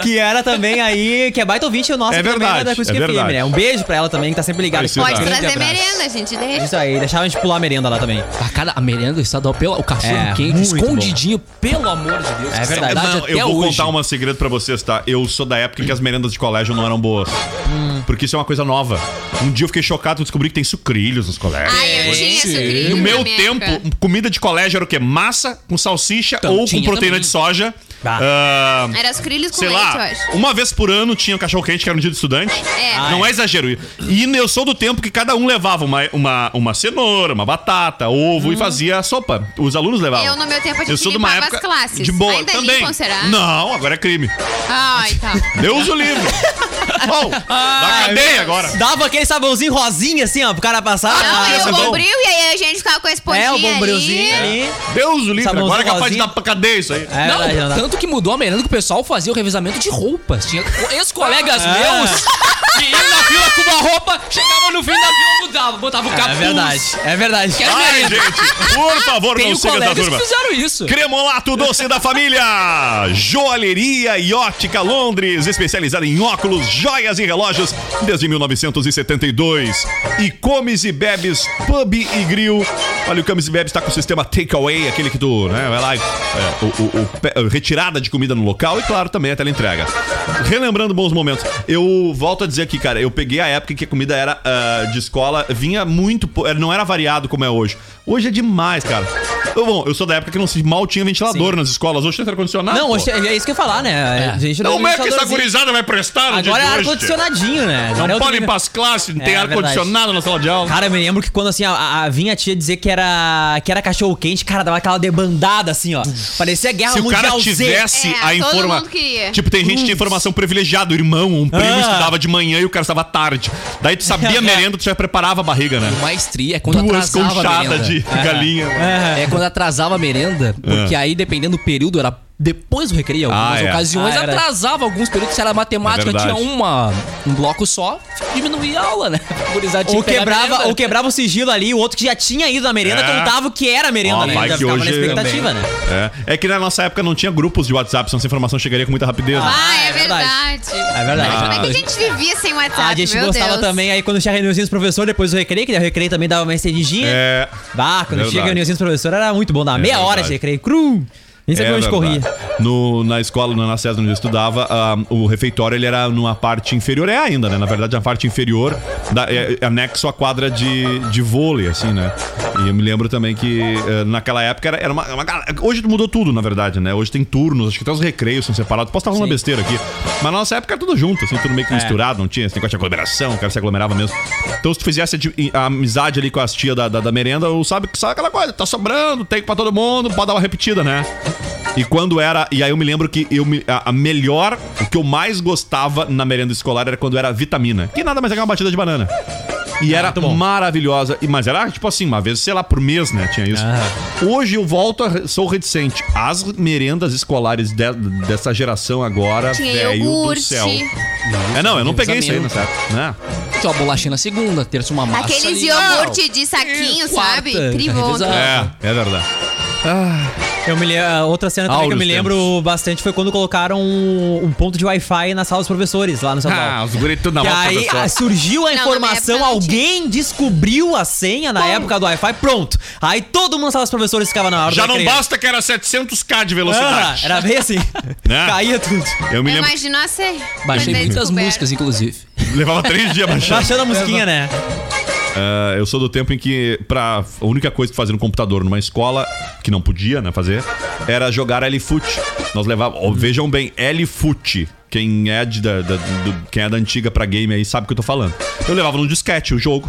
[SPEAKER 2] Que era também aí, que é baita ouvinte, o nosso
[SPEAKER 1] É
[SPEAKER 2] que também
[SPEAKER 1] verdade,
[SPEAKER 2] da Acústica FM,
[SPEAKER 1] é verdade.
[SPEAKER 2] né? Um beijo pra ela também, que tá sempre ligada.
[SPEAKER 1] Aí
[SPEAKER 2] aqui
[SPEAKER 1] sim,
[SPEAKER 2] com a
[SPEAKER 4] Pode
[SPEAKER 1] Exato.
[SPEAKER 2] gente.
[SPEAKER 4] trazer
[SPEAKER 2] Grande abraço.
[SPEAKER 4] merenda, gente. Deixa.
[SPEAKER 2] Isso aí, deixava a gente pular a merenda lá também.
[SPEAKER 3] A cara, a merenda estadual, pela, o cachorro
[SPEAKER 2] É,
[SPEAKER 3] quente,
[SPEAKER 2] muito
[SPEAKER 3] escondidinho, pelo amor de Deus.
[SPEAKER 2] É
[SPEAKER 3] que
[SPEAKER 2] verdade.
[SPEAKER 3] saudade
[SPEAKER 1] Não, eu
[SPEAKER 3] até
[SPEAKER 1] vou
[SPEAKER 3] hoje.
[SPEAKER 1] contar um segredo pra vocês, tá? Eu sou da época em que as merendas de colégio não eram boas. Porque isso é uma coisa nova. Um dia eu fiquei chocado quando descobri que tem sucrilhos nos colégios.
[SPEAKER 4] Ai, eu tinha
[SPEAKER 3] Gente,
[SPEAKER 4] sucrilho
[SPEAKER 1] No
[SPEAKER 4] na
[SPEAKER 1] meu
[SPEAKER 4] minha
[SPEAKER 1] tempo, um
[SPEAKER 4] época.
[SPEAKER 1] comida de colégio era o quê? Massa com salsicha
[SPEAKER 3] Então,
[SPEAKER 1] ou com
[SPEAKER 3] tinha
[SPEAKER 1] proteína
[SPEAKER 3] também.
[SPEAKER 1] de soja.
[SPEAKER 2] Ah.
[SPEAKER 1] Ah,
[SPEAKER 4] Era os crilhos com
[SPEAKER 1] sei
[SPEAKER 4] leite, eu
[SPEAKER 1] lá,
[SPEAKER 4] acho.
[SPEAKER 1] uma vez por ano tinha um cachorro-quente que era no dia do estudante.
[SPEAKER 4] É.
[SPEAKER 2] Ah,
[SPEAKER 1] Não
[SPEAKER 2] é.
[SPEAKER 1] é exagero. E eu sou do tempo que cada um levava uma, uma, uma cenoura, uma batata, ovo e fazia a sopa. Os alunos levavam.
[SPEAKER 4] Uhum. Eu, no meu tempo, a gente
[SPEAKER 1] Eu sou de uma
[SPEAKER 4] limpava
[SPEAKER 1] época
[SPEAKER 4] as classes.
[SPEAKER 1] De boa,
[SPEAKER 4] Ainda
[SPEAKER 1] também.
[SPEAKER 4] limpam, será?
[SPEAKER 1] Não, agora é crime.
[SPEAKER 4] Ai, tá.
[SPEAKER 1] Deus o livre. Bom, na cadeia agora.
[SPEAKER 2] Dava aquele sabãozinho rosinha assim, ó, pro cara passar.
[SPEAKER 4] Não,
[SPEAKER 2] Ah,
[SPEAKER 4] e o
[SPEAKER 1] sabão.
[SPEAKER 4] bombril, e aí a gente ficava com esse pontinho
[SPEAKER 2] é, o
[SPEAKER 4] ali.
[SPEAKER 2] bombrilzinho ali.
[SPEAKER 1] Deus o livre.
[SPEAKER 2] Sabãozinho
[SPEAKER 1] Agora é capaz de
[SPEAKER 2] rosinha.
[SPEAKER 1] dar pra cadeia isso aí.
[SPEAKER 2] É,
[SPEAKER 3] não,
[SPEAKER 2] verdade, não dá.
[SPEAKER 3] tanto que mudou a merenda que o pessoal fazia o revezamento de roupas. Tinha co- ex-colegas
[SPEAKER 2] É.
[SPEAKER 3] meus que iam na fila com uma roupa, chegavam no fim da fila, mudava, botava o capuz.
[SPEAKER 2] É verdade, é verdade.
[SPEAKER 3] Quero
[SPEAKER 1] Ai,
[SPEAKER 3] merenda.
[SPEAKER 1] gente, por favor, não
[SPEAKER 3] Tenho
[SPEAKER 1] siga essa
[SPEAKER 3] colegas
[SPEAKER 1] turma.
[SPEAKER 3] que fizeram isso.
[SPEAKER 1] Cremolato Doce da Família, Joalheria e Ótica Londres, especializada em óculos, joias e relógios desde 1972. E Comes e Bebes Pub e Grill. Olha, o Comes e Bebes está com o sistema takeaway, aquele que tu, né, vai lá, e, é, o- o- o pe- retirada de comida no local e, claro, também a teleentrega. Relembrando bons momentos, eu volto a dizer aqui, cara, eu peguei a época em que a comida era ah, de escola, vinha muito, pou- não era variado como é hoje. Hoje é demais, cara. Eu, bom, eu sou da época que não se mal tinha ventilador nas escolas, hoje tem ar-condicionado.
[SPEAKER 2] Não,
[SPEAKER 1] pô.
[SPEAKER 2] hoje é isso que eu ia falar, né? A gente
[SPEAKER 1] Então, Como é que essa
[SPEAKER 2] ventiladorzinho.
[SPEAKER 1] gurizada vai prestar no dia
[SPEAKER 2] Agora é
[SPEAKER 1] de hoje,
[SPEAKER 2] ar-condicionadinho, né? Agora é
[SPEAKER 1] tio? Não
[SPEAKER 2] outro
[SPEAKER 1] podem ir
[SPEAKER 2] nível.
[SPEAKER 1] pras classes, não
[SPEAKER 2] É,
[SPEAKER 1] tem
[SPEAKER 2] é
[SPEAKER 1] ar-condicionado na sala de aula.
[SPEAKER 2] Cara, eu me lembro que quando assim, a, a, a vinha a tia dizer que era, que era cachorro quente, cara, dava aquela debandada assim, ó. Parecia guerra
[SPEAKER 1] Se o
[SPEAKER 2] mundial
[SPEAKER 1] cara
[SPEAKER 2] Z.
[SPEAKER 1] tivesse
[SPEAKER 4] É,
[SPEAKER 1] a
[SPEAKER 4] todo
[SPEAKER 1] informação.
[SPEAKER 4] mundo queria.
[SPEAKER 1] Tipo, tem gente que tinha informação privilegiada, o irmão, um primo
[SPEAKER 2] Ah. É.
[SPEAKER 1] estudava de manhã e o cara estava à tarde. Daí tu sabia a merenda, tu já preparava a barriga, né?
[SPEAKER 3] O maestria é quando
[SPEAKER 1] Duas
[SPEAKER 3] atrasava a
[SPEAKER 2] É.
[SPEAKER 3] merenda.
[SPEAKER 1] conchadas de galinha.
[SPEAKER 3] É quando atrasava a merenda, porque aí, dependendo do período, era depois do recreio.
[SPEAKER 1] É. Ah,
[SPEAKER 3] Algumas
[SPEAKER 1] é.
[SPEAKER 3] ocasiões
[SPEAKER 2] Ah, é verdade.
[SPEAKER 3] atrasava alguns períodos, se era matemática,
[SPEAKER 1] É verdade.
[SPEAKER 3] tinha uma, um bloco só, diminuía a aula, né? A né? gurizada tinha
[SPEAKER 2] Ou
[SPEAKER 3] que pegar
[SPEAKER 2] quebrava,
[SPEAKER 3] merenda.
[SPEAKER 2] ou quebrava o sigilo ali, o outro que já tinha ido à merenda
[SPEAKER 1] É.
[SPEAKER 2] contava o que era a merenda,
[SPEAKER 1] Ó,
[SPEAKER 2] né?
[SPEAKER 1] vai
[SPEAKER 2] Já
[SPEAKER 1] que
[SPEAKER 2] ficava na
[SPEAKER 1] hoje
[SPEAKER 2] expectativa,
[SPEAKER 1] também.
[SPEAKER 2] né?
[SPEAKER 1] É. É que na nossa época não tinha grupos de WhatsApp, senão essa informação chegaria com muita rapidez. né?
[SPEAKER 4] Ah,
[SPEAKER 2] é
[SPEAKER 4] é
[SPEAKER 2] verdade.
[SPEAKER 4] verdade.
[SPEAKER 2] É verdade.
[SPEAKER 4] Mas como é que a
[SPEAKER 2] Ah.
[SPEAKER 4] gente vivia sem WhatsApp,
[SPEAKER 2] Ah, a gente
[SPEAKER 4] meu
[SPEAKER 2] gostava
[SPEAKER 4] Deus.
[SPEAKER 2] também, aí quando tinha reuniãozinha dos professores, depois do recreio, que daí o recreio também dava uma estendidinha.
[SPEAKER 1] É.
[SPEAKER 2] Bah, quando
[SPEAKER 1] Verdade.
[SPEAKER 2] tinha reuniãozinha dos professores era muito bom, dava
[SPEAKER 1] É
[SPEAKER 2] meia hora
[SPEAKER 1] verdade.
[SPEAKER 2] de recreio, cru. Nem sabia onde
[SPEAKER 1] É verdade.
[SPEAKER 2] corria.
[SPEAKER 1] No, na escola, na César, onde eu estudava, ah, o refeitório ele era numa parte inferior, é ainda, né? Na verdade, a parte inferior, da, é, é anexo à quadra de, de vôlei, assim, né? E eu me lembro também que eh, naquela época era, era uma, uma gal- Hoje mudou tudo, na verdade, né? Hoje tem turnos, acho que até os recreios são separados. Posso estar falando besteira aqui. Mas na nossa época era tudo junto, assim, tudo meio que misturado, não tinha esse negócio de aglomeração, o cara se aglomerava mesmo. Então, se tu fizesse a, di- a amizade ali com as tias da, da, da merenda, eu sabe, sabe aquela coisa, tá sobrando, tem pra todo mundo, pode dar uma repetida, né? E quando era. E aí eu me lembro que eu me- a, a melhor, o que eu mais gostava na merenda escolar era quando era vitamina. Que nada mais é que uma batida de banana. E era maravilhosa. E- Mas era tipo assim, uma vez, sei lá, por mês, né? Tinha isso. Hoje eu volto, a- sou reticente. As merendas escolares de- dessa geração agora,
[SPEAKER 4] Tinha
[SPEAKER 1] velho do
[SPEAKER 4] iogurte.
[SPEAKER 1] céu. É, não, eu não peguei isso aí, nessa época, né?
[SPEAKER 3] Tinha uma bolachinha na segunda, terça uma massa.
[SPEAKER 4] Aqueles
[SPEAKER 3] ali.
[SPEAKER 4] iogurte né? de
[SPEAKER 2] É,
[SPEAKER 4] saquinho,
[SPEAKER 3] Quarta,
[SPEAKER 4] sabe?
[SPEAKER 3] tá
[SPEAKER 4] Incrível.
[SPEAKER 3] revezado.
[SPEAKER 1] É, é verdade.
[SPEAKER 2] Eu me lembro, a outra cena também que eu me
[SPEAKER 1] Áureos
[SPEAKER 2] lembro
[SPEAKER 1] tempos.
[SPEAKER 2] bastante foi quando colocaram um, um ponto de Wi-Fi na sala dos professores lá no São Paulo.
[SPEAKER 1] Ah, os guri tudo na
[SPEAKER 2] Que
[SPEAKER 1] mão,
[SPEAKER 2] aí
[SPEAKER 1] professor.
[SPEAKER 2] ah, surgiu a
[SPEAKER 4] Não, na
[SPEAKER 2] informação,
[SPEAKER 4] minha época não tinha.
[SPEAKER 2] alguém descobriu a senha na época do Wi-Fi, pronto. Aí todo mundo na sala dos professores ficava na hora
[SPEAKER 1] Já
[SPEAKER 2] da
[SPEAKER 1] não
[SPEAKER 2] criança.
[SPEAKER 1] basta que era 700k de
[SPEAKER 2] Ah,
[SPEAKER 1] velocidade.
[SPEAKER 2] era bem assim.
[SPEAKER 1] Né?
[SPEAKER 2] Caía tudo.
[SPEAKER 1] Eu me
[SPEAKER 4] Eu
[SPEAKER 1] lembro.
[SPEAKER 4] imagino a ser.
[SPEAKER 3] Baixei
[SPEAKER 4] quando é
[SPEAKER 3] muitas
[SPEAKER 4] descoberto.
[SPEAKER 3] músicas, inclusive.
[SPEAKER 1] que Levava três dias baixando.
[SPEAKER 2] Baixando a musiquinha, né?
[SPEAKER 1] Ah, eu sou do tempo em que pra, a única coisa que fazia no computador numa escola, que não podia né, fazer, era jogar L-Foot. Nós levávamos. ó, vejam bem, L-Foot. Quem é, de, da, da- do- quem é da antiga pra game aí sabe o que eu tô falando. Eu levava no disquete o jogo,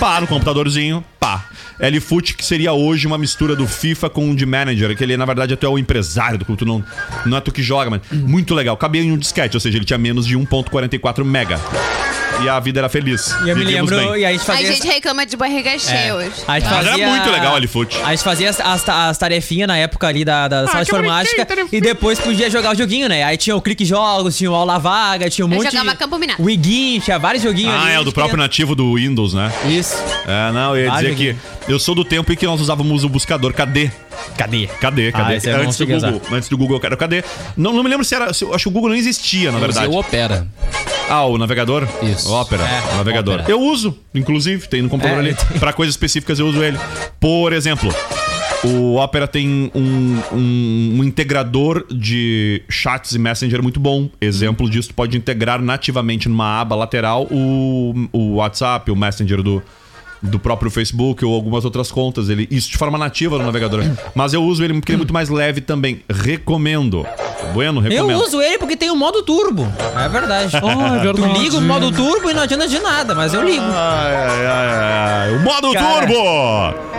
[SPEAKER 1] pá, no computadorzinho, pá. L-Foot, que seria hoje uma mistura do FIFA com o de manager, que ele na verdade até é o empresário do clube, tu não, não é tu que joga, mas muito legal. Cabia em um disquete, ou seja, ele tinha menos de 1,44 mega. E a vida era feliz.
[SPEAKER 2] E eu me
[SPEAKER 1] Vivíamos
[SPEAKER 2] lembro,
[SPEAKER 1] bem.
[SPEAKER 2] e a gente
[SPEAKER 4] A
[SPEAKER 2] fazia.
[SPEAKER 4] gente reclama de
[SPEAKER 2] É.
[SPEAKER 4] barriga cheia hoje.
[SPEAKER 2] a gente
[SPEAKER 1] Mas
[SPEAKER 2] fazia-
[SPEAKER 1] era muito legal Ah, o L-Foot.
[SPEAKER 2] A gente fazia as, as, ta- as tarefinhas na época ali da, da sala de informática e depois podia jogar o joguinho, né? Aí tinha o Clique Jogos, tinha o Aula Vaga, tinha um
[SPEAKER 4] Eu
[SPEAKER 2] monte
[SPEAKER 4] jogava
[SPEAKER 2] de.
[SPEAKER 4] Campo Minado.
[SPEAKER 2] O Iguinho, tinha vários joguinhos
[SPEAKER 1] Ah,
[SPEAKER 2] ali.
[SPEAKER 1] é o do próprio nativo do Windows, né?
[SPEAKER 2] Isso.
[SPEAKER 1] É, não, eu ia
[SPEAKER 2] Ah,
[SPEAKER 1] dizer que
[SPEAKER 2] Dieguinho.
[SPEAKER 1] eu sou do tempo em que nós usávamos o buscador cadê?
[SPEAKER 2] Cadê?
[SPEAKER 1] Cadê? Cadê?
[SPEAKER 2] Ah, esse eu não
[SPEAKER 1] antes, do
[SPEAKER 2] cheguei a usar.
[SPEAKER 1] Google, antes do Google era o cadê? Não, não me lembro se era. se- eu acho que o Google não existia, na verdade.
[SPEAKER 3] Eu opera.
[SPEAKER 1] Ah, o navegador?
[SPEAKER 3] Isso.
[SPEAKER 1] Ópera.
[SPEAKER 3] É,
[SPEAKER 1] o navegador.
[SPEAKER 3] Opera.
[SPEAKER 1] Eu uso, inclusive, tem no computador
[SPEAKER 2] É,
[SPEAKER 1] ali. Pra coisas específicas eu uso ele. Por exemplo, o Opera tem um, um- um integrador de chats e messenger muito bom. Exemplo disso, tu pode integrar nativamente numa aba lateral o, o WhatsApp, o messenger do, do próprio Facebook ou algumas outras contas. Ele, isso de forma nativa no navegador. Mas eu uso ele porque ele é muito mais leve também. Recomendo. Bueno,
[SPEAKER 2] Eu
[SPEAKER 1] recomendo.
[SPEAKER 2] uso ele porque tem o modo turbo. É verdade. Tu liga o modo turbo e não adianta de nada, mas eu ligo.
[SPEAKER 1] Ai, ai, ai, ai. O modo
[SPEAKER 2] Cara.
[SPEAKER 1] turbo!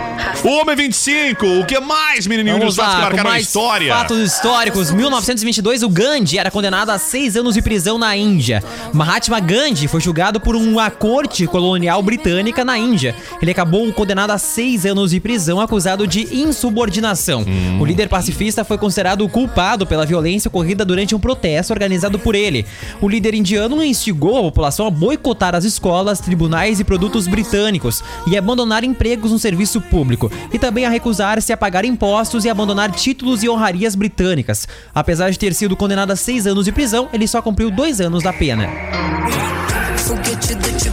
[SPEAKER 1] O Homem 25, o que mais, menininho?
[SPEAKER 2] Vamos
[SPEAKER 1] Os fatos
[SPEAKER 2] lá,
[SPEAKER 1] que
[SPEAKER 2] com
[SPEAKER 1] marcaram a
[SPEAKER 2] mais
[SPEAKER 1] história.
[SPEAKER 2] fatos históricos. 1922, o Gandhi era condenado a seis anos de prisão na Índia. Mahatma Gandhi foi julgado por uma corte colonial britânica na Índia. Ele acabou condenado a seis anos de prisão, acusado de insubordinação.
[SPEAKER 1] Hum.
[SPEAKER 2] O líder pacifista foi considerado culpado pela violência ocorrida durante um protesto organizado por ele. O líder indiano instigou a população a boicotar as escolas, tribunais e produtos britânicos e abandonar empregos no serviço público, e também a recusar-se a pagar impostos e abandonar títulos e honrarias britânicas. Apesar de ter sido condenado a seis anos de prisão, ele só cumpriu dois anos da pena.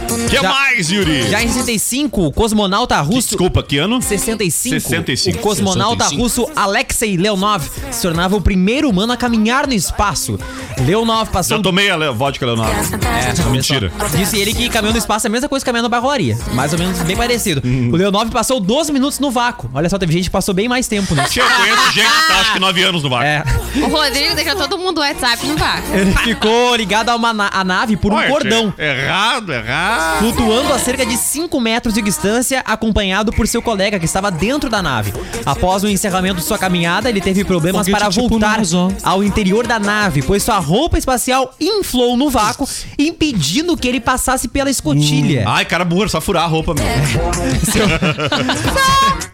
[SPEAKER 1] O que
[SPEAKER 2] Já-
[SPEAKER 1] mais, Yuri?
[SPEAKER 2] Já em 65, o cosmonauta russo.
[SPEAKER 1] Desculpa, que ano?
[SPEAKER 2] 65,
[SPEAKER 1] 65.
[SPEAKER 2] o cosmonauta
[SPEAKER 3] 65.
[SPEAKER 2] russo Alexei Leonov se tornava o primeiro humano a caminhar no espaço. Leonov passou
[SPEAKER 1] Já tomei a le- vodka, Leonardo. É, mentira.
[SPEAKER 2] Disse ele que caminhão no espaço é a mesma coisa que caminhão na barroaria. Mais ou menos bem parecido. O Leonov passou 12 minutos no vácuo. Olha só, teve gente que passou bem mais tempo, né?
[SPEAKER 1] Tia, eu conheço gente que tá acho que 9 anos no vácuo.
[SPEAKER 2] É.
[SPEAKER 4] O Rodrigo deixou todo mundo o WhatsApp no vácuo.
[SPEAKER 2] Ele ficou ligado a uma na- a nave por um
[SPEAKER 1] Olha,
[SPEAKER 2] cordão.
[SPEAKER 1] é errado, errado.
[SPEAKER 2] flutuando a cerca de 5 metros de distância, acompanhado por seu colega que estava dentro da nave. Após o encerramento de sua caminhada, ele teve problemas
[SPEAKER 3] Foguete
[SPEAKER 2] para
[SPEAKER 3] tipo
[SPEAKER 2] voltar
[SPEAKER 3] Nasa.
[SPEAKER 2] ao interior da nave, pois sua roupa espacial inflou no vácuo, impedindo que ele passasse pela escotilha.
[SPEAKER 1] Ai, cara burro, só furar a roupa, meu.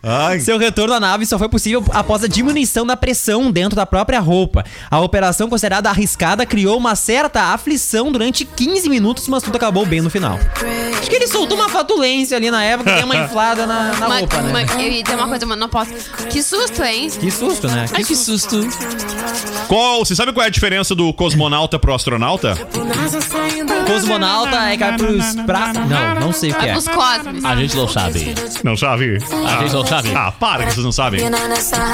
[SPEAKER 1] Ai,
[SPEAKER 2] Seu retorno à nave só foi possível após a diminuição da pressão dentro da própria roupa. A operação considerada arriscada criou uma certa aflição durante 15 minutos, mas tudo acabou bem no final. Acho que ele soltou uma fatulência ali na época, deu uma inflada na, na
[SPEAKER 4] Uma-
[SPEAKER 2] roupa,
[SPEAKER 4] uma-
[SPEAKER 2] né?
[SPEAKER 4] Eu ia dizer uma coisa, mas não posso. Que susto, hein?
[SPEAKER 2] Que susto, né?
[SPEAKER 3] Ai, que susto.
[SPEAKER 1] qual, você sabe qual é a diferença do cosmonauta pro astronauta?
[SPEAKER 2] Cosmonauta é cara pros pra... Não, então. não sei o que
[SPEAKER 4] Vai
[SPEAKER 2] é.
[SPEAKER 4] pros cosmos.
[SPEAKER 3] A gente não sabe.
[SPEAKER 1] Não sabe?
[SPEAKER 3] A gente não sabe.
[SPEAKER 1] Ah, para que vocês não sabem.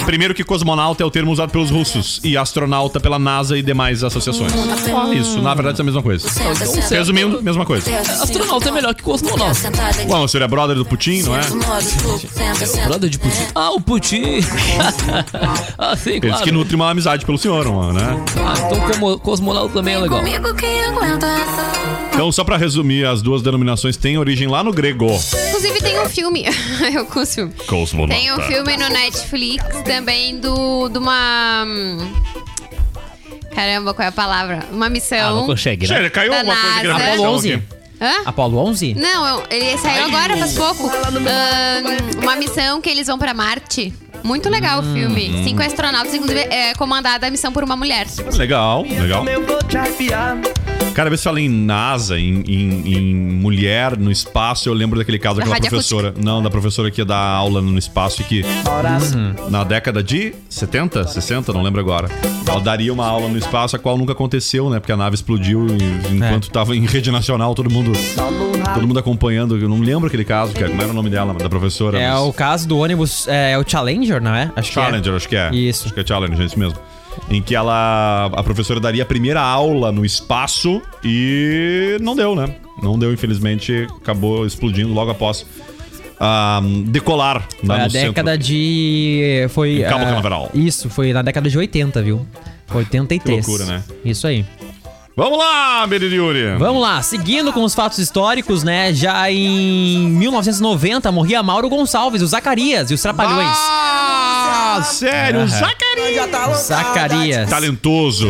[SPEAKER 1] Primeiro que cosmonauta é o termo usado pelos russos e astronauta pela NASA e demais associações.
[SPEAKER 3] Hum.
[SPEAKER 1] Isso, na verdade, é a mesma coisa. Resumindo, mesma coisa.
[SPEAKER 3] Astronauta é melhor que cosmonauta.
[SPEAKER 1] Bom, seria brother do Putin, não é?
[SPEAKER 3] Brother de Putin. Ah, o Putin. ah, sim,
[SPEAKER 1] Eles
[SPEAKER 3] claro.
[SPEAKER 1] que nutrem uma amizade pelo senhor, né?
[SPEAKER 3] Ah, então como cosmonauta também é legal.
[SPEAKER 1] Então, só pra resumir, as duas denominações têm origem lá no grego.
[SPEAKER 4] Inclusive tem um filme. eu com os filmes.
[SPEAKER 1] Cosmonauta.
[SPEAKER 4] Tem um filme no Netflix também do. de uma. hum, Caramba, qual é a palavra? Uma
[SPEAKER 2] Ah,
[SPEAKER 4] missão.
[SPEAKER 3] consegue,
[SPEAKER 1] Gente, caiu
[SPEAKER 4] Da
[SPEAKER 1] alguma coisa aqui na
[SPEAKER 4] NASA.
[SPEAKER 1] produção
[SPEAKER 2] Apolo 11.
[SPEAKER 1] aqui.
[SPEAKER 4] Hã?
[SPEAKER 2] Apolo 11?
[SPEAKER 4] Não, eu- ele saiu agora faz pouco. Ahn, uma missão que eles vão pra Marte. Muito legal o
[SPEAKER 1] Hum.
[SPEAKER 4] filme. Cinco astronautas, inclusive, é comandada a missão por uma mulher.
[SPEAKER 1] Legal, legal. Cara, vez que fala em NASA, em, em- em mulher no espaço, eu lembro daquele caso daquela
[SPEAKER 4] Radioacústica.
[SPEAKER 1] professora. Não, da professora que ia dar aula no espaço e que
[SPEAKER 2] Uhum.
[SPEAKER 1] na década de 70, 60, não lembro agora. Ela daria uma aula no espaço, a qual nunca aconteceu, né? Porque a nave explodiu e,
[SPEAKER 2] É.
[SPEAKER 1] enquanto tava em rede nacional, todo mundo. Todo mundo acompanhando. Eu não lembro aquele caso, cara. Como era o nome dela, da professora?
[SPEAKER 2] É
[SPEAKER 1] mas-
[SPEAKER 2] o caso do ônibus, é, é o Challenger, não é? Acho
[SPEAKER 1] Challenger, acho que é.
[SPEAKER 2] Isso.
[SPEAKER 1] Acho que é Challenger, é isso mesmo. Em que ela. A professora daria a primeira aula no espaço e não deu, né? Não deu, infelizmente, acabou explodindo logo após ah, decolar
[SPEAKER 2] que é. Foi
[SPEAKER 1] lá
[SPEAKER 2] a
[SPEAKER 1] Tá no centro.
[SPEAKER 2] década de... Foi...
[SPEAKER 1] Em Cabo
[SPEAKER 2] ah,
[SPEAKER 1] Canaveral.
[SPEAKER 2] Isso, foi na década de 80, viu? Foi 83.
[SPEAKER 1] Que loucura, né?
[SPEAKER 2] Isso aí.
[SPEAKER 1] Vamos lá, Beririuri!
[SPEAKER 2] Vamos lá, seguindo com os fatos históricos, né? Já em 1990 morria Mauro Gonçalves, o Zacarias e os Trapalhões.
[SPEAKER 1] Ah, sério, Zacarias!
[SPEAKER 2] Zacarias.
[SPEAKER 1] Talentoso.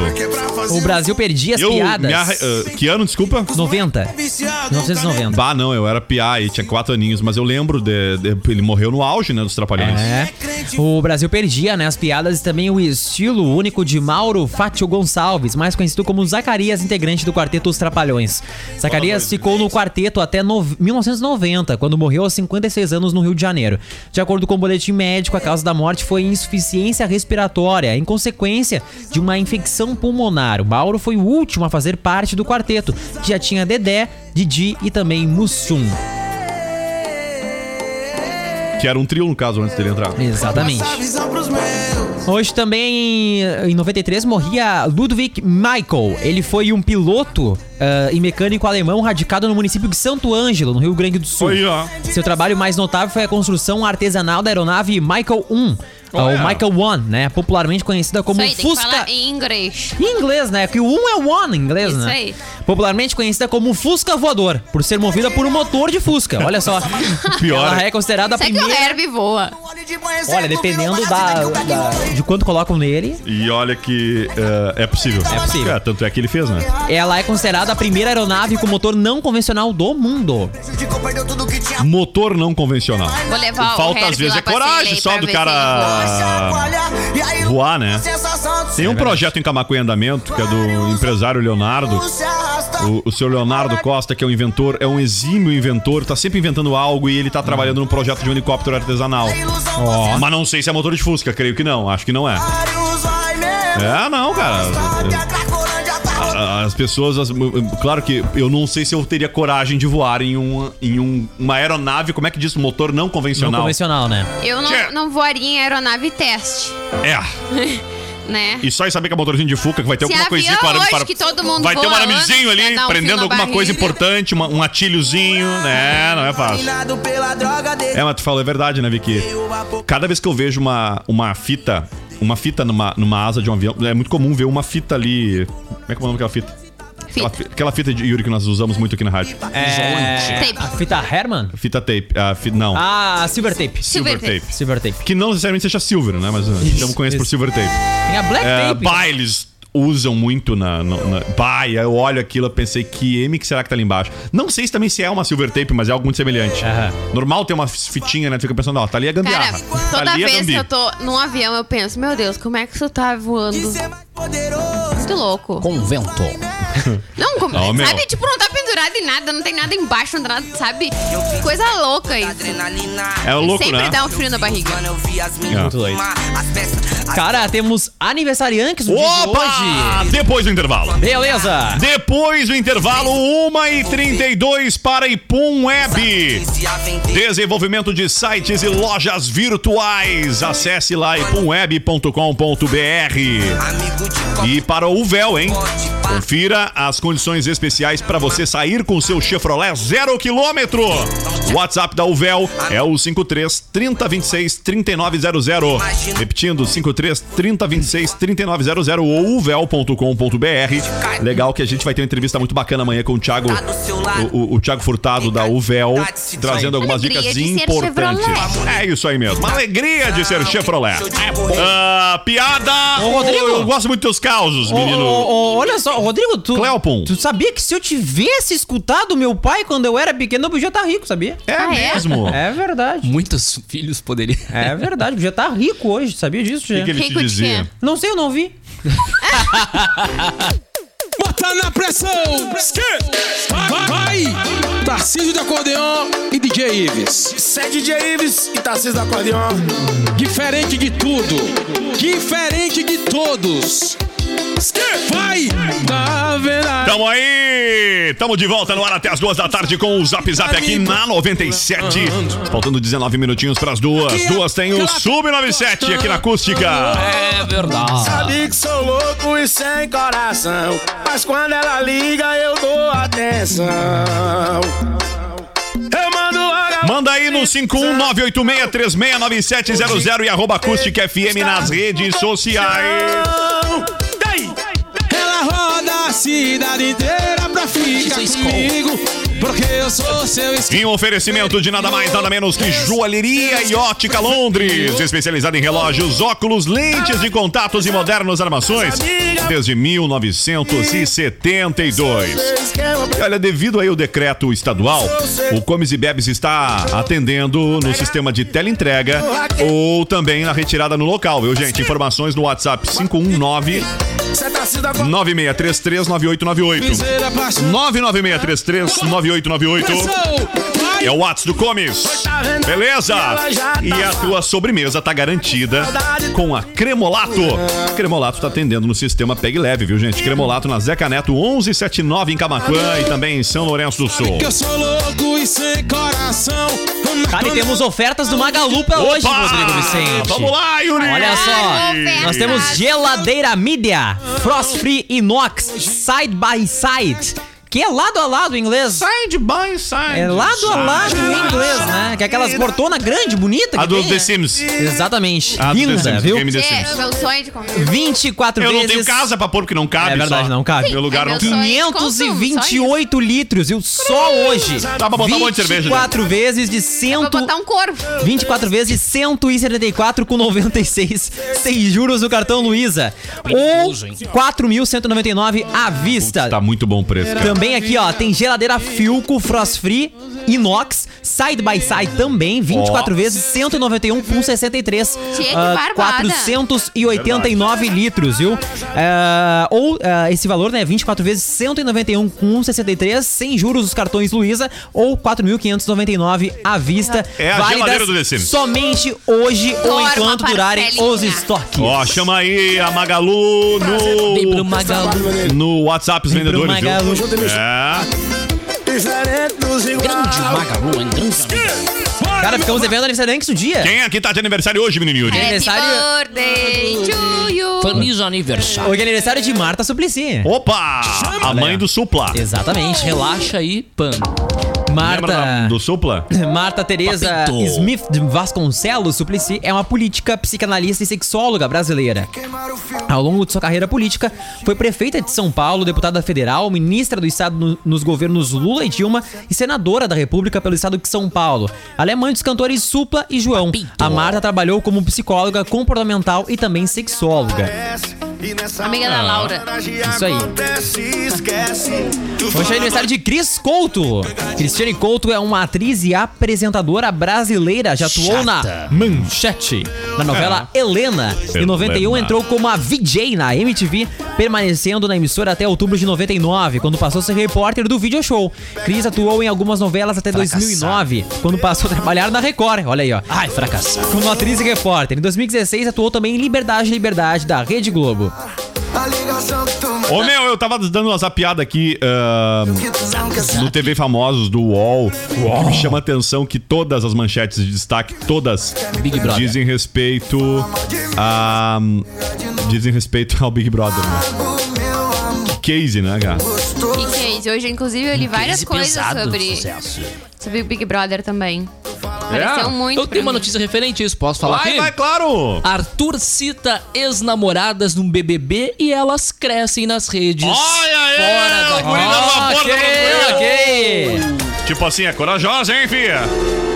[SPEAKER 2] O Brasil perdia as
[SPEAKER 1] Eu.
[SPEAKER 2] piadas.
[SPEAKER 1] me arre- ah, que ano, desculpa?
[SPEAKER 2] 90. 1990.
[SPEAKER 1] Bah, não, eu era PA e tinha quatro aninhos, mas eu lembro de, de- ele morreu no auge, né, dos Trapalhões.
[SPEAKER 2] É. O Brasil perdia, né? As piadas e também o estilo único de Mauro Fátio Gonçalves, mais conhecido como Zacarias, integrante do quarteto Os Trapalhões. Zacarias ficou no quarteto até no- 1990, quando morreu aos 56 anos no Rio de Janeiro. De acordo com o boletim médico, a causa da morte foi insuficiência respiratória, em consequência de uma infecção pulmonar. O Mauro foi o último a fazer parte do quarteto, que já tinha Dedé, Didi e também Mussum.
[SPEAKER 1] Que era um trio, no caso, antes dele entrar.
[SPEAKER 2] Exatamente. Hoje também, em 93, morria Ludwig Michael. Ele foi um piloto ah, e mecânico alemão radicado no município de Santo Ângelo, no Rio Grande do Sul.
[SPEAKER 1] Aí, ó.
[SPEAKER 2] Seu trabalho mais notável foi a construção artesanal da aeronave Michael 1, ah,
[SPEAKER 1] Olha.
[SPEAKER 2] ou Michael 1, né? Popularmente conhecida como
[SPEAKER 4] Isso aí, tem que
[SPEAKER 2] Fusca.
[SPEAKER 4] falar em inglês.
[SPEAKER 2] Em inglês, né? Que o 1 é o One em inglês,
[SPEAKER 4] Isso
[SPEAKER 2] né?
[SPEAKER 4] aí.
[SPEAKER 2] Popularmente conhecida como Fusca Voador, por ser movida por um motor de Fusca. Olha só.
[SPEAKER 1] Pior.
[SPEAKER 2] Ela é considerada a
[SPEAKER 4] Será que
[SPEAKER 2] primeira.
[SPEAKER 4] o é Herbie voa?
[SPEAKER 2] Olha, dependendo da,
[SPEAKER 4] um
[SPEAKER 2] da- de quanto colocam nele,
[SPEAKER 1] E olha que eh, é possível. É
[SPEAKER 2] possível.
[SPEAKER 1] tanto é que ele fez, né?
[SPEAKER 2] ela é considerada a primeira aeronave com motor não convencional do mundo.
[SPEAKER 1] Motor não convencional.
[SPEAKER 4] Vou levar o
[SPEAKER 1] Falta
[SPEAKER 4] Herbie
[SPEAKER 1] às vezes
[SPEAKER 4] lá
[SPEAKER 1] é
[SPEAKER 4] pra
[SPEAKER 1] coragem
[SPEAKER 4] Silei
[SPEAKER 1] só
[SPEAKER 4] pra
[SPEAKER 1] do
[SPEAKER 4] ver se
[SPEAKER 5] Ah,
[SPEAKER 4] ele
[SPEAKER 1] cara voar, né?
[SPEAKER 2] É
[SPEAKER 1] Tem um projeto em Camacuã em andamento, que é do empresário Leonardo. O, o seu Leonardo Costa, que é um inventor, é um exímio inventor, tá sempre inventando algo e ele tá trabalhando num projeto de um helicóptero artesanal. Mas não sei se é motor de Fusca, creio que não, acho que não é. É, não, cara.
[SPEAKER 5] tá
[SPEAKER 1] Ah, A- As pessoas. as- claro que eu não sei se eu teria coragem de voar em, um, em um- uma aeronave, como é que diz? Motor não
[SPEAKER 2] Não
[SPEAKER 1] convencional.
[SPEAKER 2] convencional, né?
[SPEAKER 4] Eu
[SPEAKER 1] Tchê.
[SPEAKER 4] não, não voaria em aeronave teste,
[SPEAKER 1] É.
[SPEAKER 4] né?
[SPEAKER 1] E só em saber que é motorzinho de Fuca, que vai ter
[SPEAKER 4] Se
[SPEAKER 1] alguma coisinha
[SPEAKER 4] avião
[SPEAKER 1] com arame
[SPEAKER 4] hoje
[SPEAKER 1] para.
[SPEAKER 4] que todo mundo
[SPEAKER 1] vai ter um
[SPEAKER 4] voa,
[SPEAKER 1] aramezinho
[SPEAKER 4] anda,
[SPEAKER 1] ali,
[SPEAKER 4] dá um
[SPEAKER 1] prendendo
[SPEAKER 4] fio na
[SPEAKER 1] alguma coisa
[SPEAKER 4] barriga.
[SPEAKER 1] importante, uma- um atilhozinho, né? Não é fácil. É, mas tu falou, é verdade, né, Vicky? Cada vez que eu vejo uma, uma fita, uma fita numa, numa asa de um avião, é muito comum ver uma fita ali. Como é que é o nome daquela fita? Aquela, fi- aquela fita de Yuri que nós usamos muito aqui na rádio.
[SPEAKER 2] É,
[SPEAKER 4] Tape.
[SPEAKER 2] a fita Herman?
[SPEAKER 1] Fita tape. A fi- não.
[SPEAKER 2] Ah, Silver Tape.
[SPEAKER 1] silver
[SPEAKER 4] Silver
[SPEAKER 1] tape.
[SPEAKER 4] tape.
[SPEAKER 2] Silver Tape.
[SPEAKER 1] Que não necessariamente seja silver, né? Mas uh, eu conheço por
[SPEAKER 2] isso.
[SPEAKER 1] silver tape.
[SPEAKER 2] Tem então. a Black
[SPEAKER 1] É,
[SPEAKER 2] Tape.
[SPEAKER 1] bailes usam muito na, na, na- Bah, e aí eu olho aquilo, eu pensei, que M que será que tá ali embaixo? Não sei se também se é uma silver tape, mas é algo muito semelhante.
[SPEAKER 2] Aham.
[SPEAKER 1] Normal ter uma fitinha, né? Tu fica pensando, ó, tá ali a gambiarra.
[SPEAKER 4] Cara,
[SPEAKER 1] tá
[SPEAKER 4] toda
[SPEAKER 1] ali a
[SPEAKER 4] vez que
[SPEAKER 1] gambi.
[SPEAKER 4] eu tô num avião, eu penso, meu Deus, como é que isso tá voando? Muito louco.
[SPEAKER 3] Convento.
[SPEAKER 4] Não, como,
[SPEAKER 1] Não, meu.
[SPEAKER 4] sabe, tipo, não tá pendurado em nada, não tem nada embaixo, não tem nada, sabe? Coisa louca isso.
[SPEAKER 1] É louco,
[SPEAKER 4] Sempre
[SPEAKER 1] né? É.
[SPEAKER 4] dá um frio na barriga.
[SPEAKER 1] Muito
[SPEAKER 2] doido. Cara, temos aniversariantes do dia de
[SPEAKER 1] Opa!
[SPEAKER 2] hoje.
[SPEAKER 1] Depois do intervalo.
[SPEAKER 2] Beleza.
[SPEAKER 1] Depois do intervalo, 1h32 para Ipum Web. Desenvolvimento de sites e lojas virtuais. Acesse lá ipumweb.com.br. E para o véu, hein? Confira as condições especiais para você sair com seu Chevrolet zero quilômetro. O WhatsApp da Uvel é o 53 3026 3900. Repetindo, 53 3026 3900 ou uvel.com.br. Legal que a gente vai ter uma entrevista muito bacana amanhã com o Thiago,
[SPEAKER 2] Tá
[SPEAKER 1] o, o- o Thiago Furtado da Uvel, trazendo algumas
[SPEAKER 4] Alegria
[SPEAKER 1] dicas
[SPEAKER 4] de ser
[SPEAKER 1] importantes.
[SPEAKER 4] Chevrolet.
[SPEAKER 1] É isso aí mesmo. Uma alegria de ser Chevrolet. Ah, piada.
[SPEAKER 2] Ô, Rodrigo.
[SPEAKER 1] Eu gosto muito dos causos,
[SPEAKER 2] Ô,
[SPEAKER 1] menino.
[SPEAKER 2] ô, ô, olha só, Rodrigo, tu,
[SPEAKER 1] Cleopon.
[SPEAKER 2] tu sabia que se eu tivesse escutado meu pai quando eu era pequeno, eu podia estar rico, sabia?
[SPEAKER 1] É
[SPEAKER 4] Ah, é?
[SPEAKER 1] mesmo?
[SPEAKER 2] É verdade.
[SPEAKER 3] Muitos filhos poderiam.
[SPEAKER 2] É verdade, podia estar rico hoje, sabia disso,
[SPEAKER 1] O que,
[SPEAKER 2] Gê?
[SPEAKER 1] que ele te
[SPEAKER 4] Rico de
[SPEAKER 1] dizia?
[SPEAKER 4] quê?
[SPEAKER 2] Não sei, eu não vi.
[SPEAKER 7] Bota na pressão! Vai, vai! Tarcísio do acordeon e DJ Ives.
[SPEAKER 8] Sete DJ é Ives e Tarcísio da Acordeon.
[SPEAKER 7] Diferente de tudo, diferente de todos. Vai! Tá vendo? aí?
[SPEAKER 1] Tamo aí! Tamo de volta no ar até as duas da tarde com o Zap Zap aqui na 97. Faltando 19 minutinhos
[SPEAKER 2] é
[SPEAKER 1] pras duas. Duas tem o Sub97 aqui na acústica.
[SPEAKER 3] É verdade.
[SPEAKER 8] Sabe que sou louco e sem coração, mas quando ela liga eu dou atenção. Eu mando a
[SPEAKER 1] Manda aí no 51986369700 e arroba acústica FM nas redes sociais.
[SPEAKER 7] Ela roda a cidade inteira pra ficar
[SPEAKER 3] Isso é
[SPEAKER 7] comigo. Porque eu sou seu esquema.
[SPEAKER 1] Em um oferecimento de nada mais, nada menos que Joalheria e Ótica Londres, especializada em relógios, óculos, lentes de contatos e modernos armações, desde 1972. E olha, devido aí ao decreto estadual, o Comes e Bebes está atendendo no sistema de teleentrega ou também na retirada no local, viu, gente? Informações no WhatsApp 519 9633 9898.
[SPEAKER 7] Piseira apaixonada.
[SPEAKER 1] 99633 9898.
[SPEAKER 7] Vai!
[SPEAKER 1] É o Whats do Comes.
[SPEAKER 2] tá
[SPEAKER 1] Beleza? E a tua sobremesa tá garantida com a Cremolato. Cremolato tá atendendo no sistema Peg Leve, viu, gente? Cremolato na Zeca Neto 1179 em Camaquã e também em São Lourenço do Sul.
[SPEAKER 7] Que eu sou louco e sem coração.
[SPEAKER 2] Cara, e temos ofertas do Magalu pra hoje, Rodrigo Vicente.
[SPEAKER 1] Vamos lá, Yuri!
[SPEAKER 2] Olha
[SPEAKER 4] Ai,
[SPEAKER 2] só, nós temos geladeira mídia, frost free inox, side by side, que é lado a lado em inglês.
[SPEAKER 1] Side by side.
[SPEAKER 2] É lado a lado em inglês, né? Que é aquelas portona grande, bonita.
[SPEAKER 1] A
[SPEAKER 2] que
[SPEAKER 1] do
[SPEAKER 2] tem,
[SPEAKER 1] The
[SPEAKER 2] né?
[SPEAKER 1] Sims.
[SPEAKER 2] Exatamente.
[SPEAKER 1] A do The
[SPEAKER 2] Linda,
[SPEAKER 1] Sims,
[SPEAKER 2] viu?
[SPEAKER 1] game The
[SPEAKER 4] É,
[SPEAKER 1] Sims.
[SPEAKER 4] meu sonho de convite.
[SPEAKER 2] 24
[SPEAKER 1] Eu
[SPEAKER 2] vezes.
[SPEAKER 1] não tenho casa pra pôr porque não cabe.
[SPEAKER 2] É verdade,
[SPEAKER 1] só.
[SPEAKER 2] não cabe.
[SPEAKER 1] Meu lugar
[SPEAKER 4] É
[SPEAKER 1] não
[SPEAKER 4] meu
[SPEAKER 1] cabe.
[SPEAKER 4] sonho. Só
[SPEAKER 2] 528 litros, viu? Só hoje.
[SPEAKER 1] Dá pra botar um monte de cerveja,
[SPEAKER 2] 24 vezes de 100.
[SPEAKER 4] Vou botar um corvo.
[SPEAKER 2] 24 vezes 174 com 96 sem juros no cartão Um, Luiza ou
[SPEAKER 3] Perigoso, hein?
[SPEAKER 2] 4.199 à vista.
[SPEAKER 1] Tá muito bom o preço, cara.
[SPEAKER 2] Também aqui, ó, tem geladeira Filco Frost Free Inox Side by Side também, 24 vezes 191 com 63.
[SPEAKER 4] Tchê, que
[SPEAKER 2] ah,
[SPEAKER 4] barbada.
[SPEAKER 2] 489 litros, viu? Ah, ou ah, esse valor, né, 24 vezes 191 com 63, sem juros os cartões Luiza ou 4.599 à vista.
[SPEAKER 1] É a
[SPEAKER 2] válidas
[SPEAKER 1] geladeira do The Sims.
[SPEAKER 2] Somente hoje ou
[SPEAKER 4] Dorma,
[SPEAKER 2] enquanto durarem os
[SPEAKER 4] parcelinha.
[SPEAKER 2] estoques.
[SPEAKER 1] Ó, chama aí a Magalu
[SPEAKER 3] Vem
[SPEAKER 1] no
[SPEAKER 3] pro Magalu.
[SPEAKER 1] No WhatsApp os
[SPEAKER 2] Vem pro
[SPEAKER 1] vendedores,
[SPEAKER 2] Magalu.
[SPEAKER 1] viu? É.
[SPEAKER 3] Grande Magalu, hein? Grande
[SPEAKER 2] Cara, ficamos devendo aniversário antes do dia.
[SPEAKER 1] Quem aqui tá de aniversário hoje, menino Yuri?
[SPEAKER 2] É.
[SPEAKER 4] Happy
[SPEAKER 2] Aniversário-
[SPEAKER 4] birthday to you.
[SPEAKER 3] Feliz aniversário.
[SPEAKER 2] Hoje é aniversário de Marta Suplicy.
[SPEAKER 1] Opa! A mãe do Supla.
[SPEAKER 2] Exatamente.
[SPEAKER 3] Relaxa aí, pano.
[SPEAKER 1] Lembra da-
[SPEAKER 2] Marta.
[SPEAKER 1] do Supla?
[SPEAKER 2] Marta Teresa
[SPEAKER 3] Papito.
[SPEAKER 2] Smith de Vasconcelos Suplicy é uma política, psicanalista e sexóloga brasileira. Ao longo de sua carreira política, foi prefeita de São Paulo, deputada federal, ministra do Estado no- nos governos Lula e Dilma e senadora da República pelo Estado de São Paulo. Ela é mãe dos cantores Supla e João. A Marta trabalhou como psicóloga comportamental e também sexóloga.
[SPEAKER 4] Amiga da Laura.
[SPEAKER 2] Isso aí. Hoje é aniversário de Cris Couto. Cristiane Couto é uma atriz e apresentadora brasileira. Já atuou na Manchete, na novela É. Helena. Em 91
[SPEAKER 1] Helena.
[SPEAKER 2] entrou como a VJ na MTV, permanecendo na emissora até outubro de 99, quando passou a ser repórter do video show. Cris atuou em algumas novelas até 2009, quando passou a trabalhar na Record. Olha aí, ó. Ai, fracassado. Como atriz e repórter. Em 2016 atuou também em Liberdade, Liberdade, da Rede Globo.
[SPEAKER 1] Ô meu, eu tava dando uma zapiada aqui ah, no TV Famosos do UOL. Que me chama a atenção que todas as manchetes de destaque, todas
[SPEAKER 3] Big Brother.
[SPEAKER 1] dizem respeito a. Dizem respeito ao Big Brother, né? Que case, né, cara?
[SPEAKER 4] E Case. Hoje, inclusive, eu li várias
[SPEAKER 3] Case
[SPEAKER 4] coisas
[SPEAKER 3] pesado,
[SPEAKER 4] sobre,
[SPEAKER 3] sucesso.
[SPEAKER 4] sobre o Big Brother também.
[SPEAKER 1] Ah,
[SPEAKER 4] Apareceu muito.
[SPEAKER 3] Eu tenho
[SPEAKER 4] pra
[SPEAKER 3] uma
[SPEAKER 4] mim.
[SPEAKER 3] notícia referente a isso, posso falar
[SPEAKER 1] Vai,
[SPEAKER 3] aqui?
[SPEAKER 1] vai, claro!
[SPEAKER 3] Arthur cita ex-namoradas num BBB e elas crescem nas redes.
[SPEAKER 1] Olha aí,
[SPEAKER 3] Fora
[SPEAKER 1] o
[SPEAKER 3] da
[SPEAKER 1] guri tá da
[SPEAKER 4] Ah,
[SPEAKER 3] roda.
[SPEAKER 1] porta do
[SPEAKER 2] ok.
[SPEAKER 1] Tipo assim, é corajosa, hein, fia?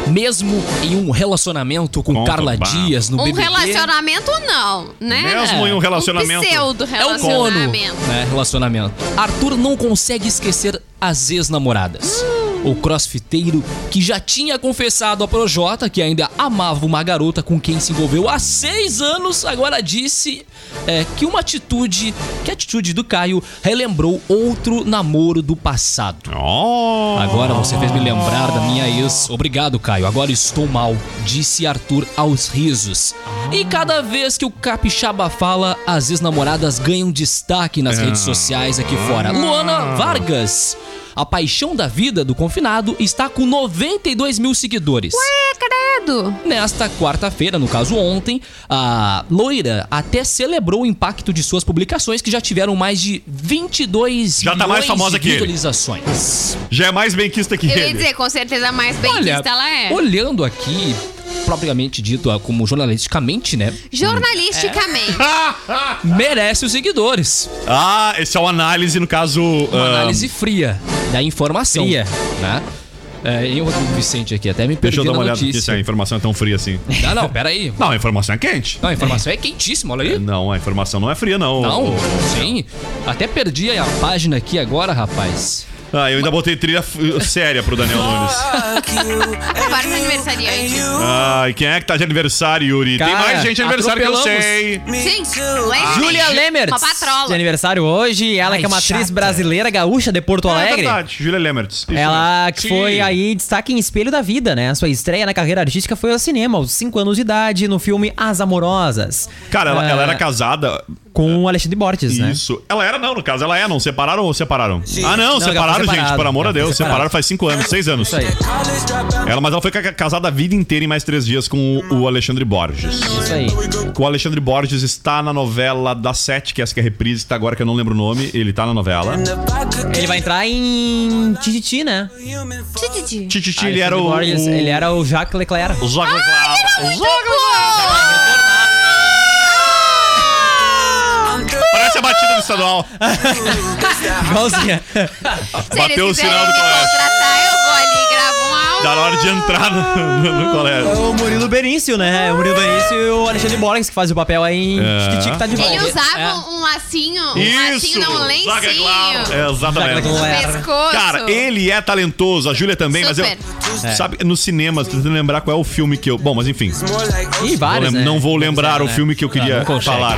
[SPEAKER 3] Mesmo em um relacionamento com
[SPEAKER 1] Conta,
[SPEAKER 3] Carla
[SPEAKER 1] bah.
[SPEAKER 3] Dias no
[SPEAKER 4] Um
[SPEAKER 3] BBB.
[SPEAKER 4] relacionamento, não, né?
[SPEAKER 1] Mesmo em um relacionamento.
[SPEAKER 4] Um pseudo
[SPEAKER 3] É o mono,
[SPEAKER 4] relacionamento.
[SPEAKER 3] né? Relacionamento. Arthur não consegue esquecer as ex-namoradas. O crossfiteiro que já tinha confessado a Projota que ainda amava uma garota com quem se envolveu há seis anos, agora disse é, que uma atitude, que a atitude do Caio relembrou outro namoro do passado.
[SPEAKER 1] Ó.
[SPEAKER 3] Agora você fez me lembrar da minha ex. Obrigado, Caio. Agora estou mal, disse Arthur aos risos. E cada vez que o capixaba fala, as ex-namoradas ganham destaque nas redes
[SPEAKER 1] Ah.
[SPEAKER 3] sociais aqui fora. Luana Vargas. A paixão da vida do confinado está com 92 mil seguidores.
[SPEAKER 4] É, credo.
[SPEAKER 3] Nesta quarta-feira, no caso ontem, a loira até celebrou o impacto de suas publicações, que já tiveram mais de 22
[SPEAKER 1] Já tá mais
[SPEAKER 3] milhões
[SPEAKER 1] famosa
[SPEAKER 3] de
[SPEAKER 1] que ele.
[SPEAKER 3] visualizações.
[SPEAKER 1] Já é mais benquista que
[SPEAKER 4] Eu ia
[SPEAKER 1] ele.
[SPEAKER 4] dizer, com certeza, a mais bem
[SPEAKER 3] Olha,
[SPEAKER 4] vista ela é.
[SPEAKER 3] Olhando aqui, propriamente dito, ah, como jornalisticamente, né?
[SPEAKER 4] Jornalisticamente.
[SPEAKER 1] É.
[SPEAKER 3] Merece os seguidores.
[SPEAKER 1] Ah, esse é o análise, no caso.
[SPEAKER 3] Uma
[SPEAKER 1] ah,
[SPEAKER 3] análise fria da informação.
[SPEAKER 2] Fria.
[SPEAKER 3] Né? É, e o Rodrigo Vicente aqui, até me perdi
[SPEAKER 1] Deixa eu dar
[SPEAKER 3] na
[SPEAKER 1] uma olhada aqui se
[SPEAKER 3] notícia.
[SPEAKER 1] a informação é tão fria assim.
[SPEAKER 3] Não, não, peraí.
[SPEAKER 1] Não, a informação é quente.
[SPEAKER 3] Não, a informação é quentíssima, olha aí.
[SPEAKER 1] Não, a informação não é fria, não.
[SPEAKER 3] Não, sim. Até perdi a página aqui agora, rapaz.
[SPEAKER 1] Ah, eu ainda botei trilha f- eh, séria pro Daniel Nunes.
[SPEAKER 4] Acabaram os aniversariantes.
[SPEAKER 1] Ai, quem é que tá de aniversário, Yuri? Tem
[SPEAKER 2] Cara,
[SPEAKER 1] mais gente de aniversário que eu
[SPEAKER 3] atropelamos.
[SPEAKER 1] sei.
[SPEAKER 4] Sim, Lemertz.
[SPEAKER 2] Julia Lemertz.
[SPEAKER 4] Ah, Uma patrola.
[SPEAKER 2] De aniversário hoje. Ela que é uma atriz brasileira gaúcha de Porto
[SPEAKER 1] É
[SPEAKER 2] Alegre.
[SPEAKER 1] verdade, Julia Lemertz. Isso
[SPEAKER 2] ela
[SPEAKER 1] mesmo.
[SPEAKER 2] que
[SPEAKER 1] Sim.
[SPEAKER 2] foi aí destaque em Espelho da Vida, né? Sua estreia na carreira artística foi ao cinema, aos 5 anos de idade, no filme As Amorosas.
[SPEAKER 1] Cara, ela,
[SPEAKER 2] Ah,
[SPEAKER 1] ela era casada.
[SPEAKER 2] Com o Alexandre Bortes, né?
[SPEAKER 1] Isso. Ela era, não, no caso, ela é, não. Separaram ou separaram? Ah, não,
[SPEAKER 2] Não,
[SPEAKER 1] separaram,
[SPEAKER 2] separado.
[SPEAKER 1] gente. Pelo amor de Deus.
[SPEAKER 2] Separado.
[SPEAKER 1] Separaram faz cinco anos, seis anos.
[SPEAKER 2] Isso aí,
[SPEAKER 1] Ela, mas ela foi ca- casada a vida inteira em mais três dias com o, o Alexandre Borges.
[SPEAKER 2] isso aí.
[SPEAKER 1] O Alexandre Borges está na novela da Sete, que essa que é a reprise, que tá agora que eu não lembro o nome. Ele tá na novela.
[SPEAKER 2] Ele vai entrar em Tititi, né?
[SPEAKER 4] Tititi.
[SPEAKER 1] Tititi, ele era o.
[SPEAKER 2] Borges,
[SPEAKER 1] o-
[SPEAKER 2] Ele era o Jacques Leclerc.
[SPEAKER 1] o
[SPEAKER 4] Ah,
[SPEAKER 1] Zac Leclerc. Parece a batida do estadual.
[SPEAKER 2] Igualzinha.
[SPEAKER 4] Se eles
[SPEAKER 1] Bateu o
[SPEAKER 4] quiserem
[SPEAKER 1] sinal do
[SPEAKER 4] me
[SPEAKER 1] colégio.
[SPEAKER 4] contratar, eu vou ali gravar um áudio.
[SPEAKER 1] Tá na hora de entrar no, no- no colégio.
[SPEAKER 2] o Murilo Benício, né? O Murilo
[SPEAKER 4] Ah!
[SPEAKER 2] Benício e o Alexandre Borges, que faz o papel aí em
[SPEAKER 1] É.
[SPEAKER 2] Tititi, que tá de volta.
[SPEAKER 4] Ele usava
[SPEAKER 3] É.
[SPEAKER 4] um lacinho, um
[SPEAKER 1] Isso!
[SPEAKER 4] lacinho, não, um
[SPEAKER 1] Zac
[SPEAKER 4] lencinho.
[SPEAKER 1] Leclerc. É,
[SPEAKER 2] Jacques
[SPEAKER 1] exatamente.
[SPEAKER 2] Leclerc.
[SPEAKER 4] Pescoço.
[SPEAKER 1] Cara, ele é talentoso, a Júlia também,
[SPEAKER 4] Super.
[SPEAKER 1] mas
[SPEAKER 2] É.
[SPEAKER 1] eu. Sabe, nos cinemas, tentando lembrar qual é o filme que eu. Bom, mas enfim.
[SPEAKER 2] Ih,
[SPEAKER 1] Não
[SPEAKER 2] vários,
[SPEAKER 1] lem-
[SPEAKER 2] né?
[SPEAKER 1] Não vou lembrar o
[SPEAKER 2] né?
[SPEAKER 1] filme que eu queria
[SPEAKER 2] não consegue.
[SPEAKER 1] falar.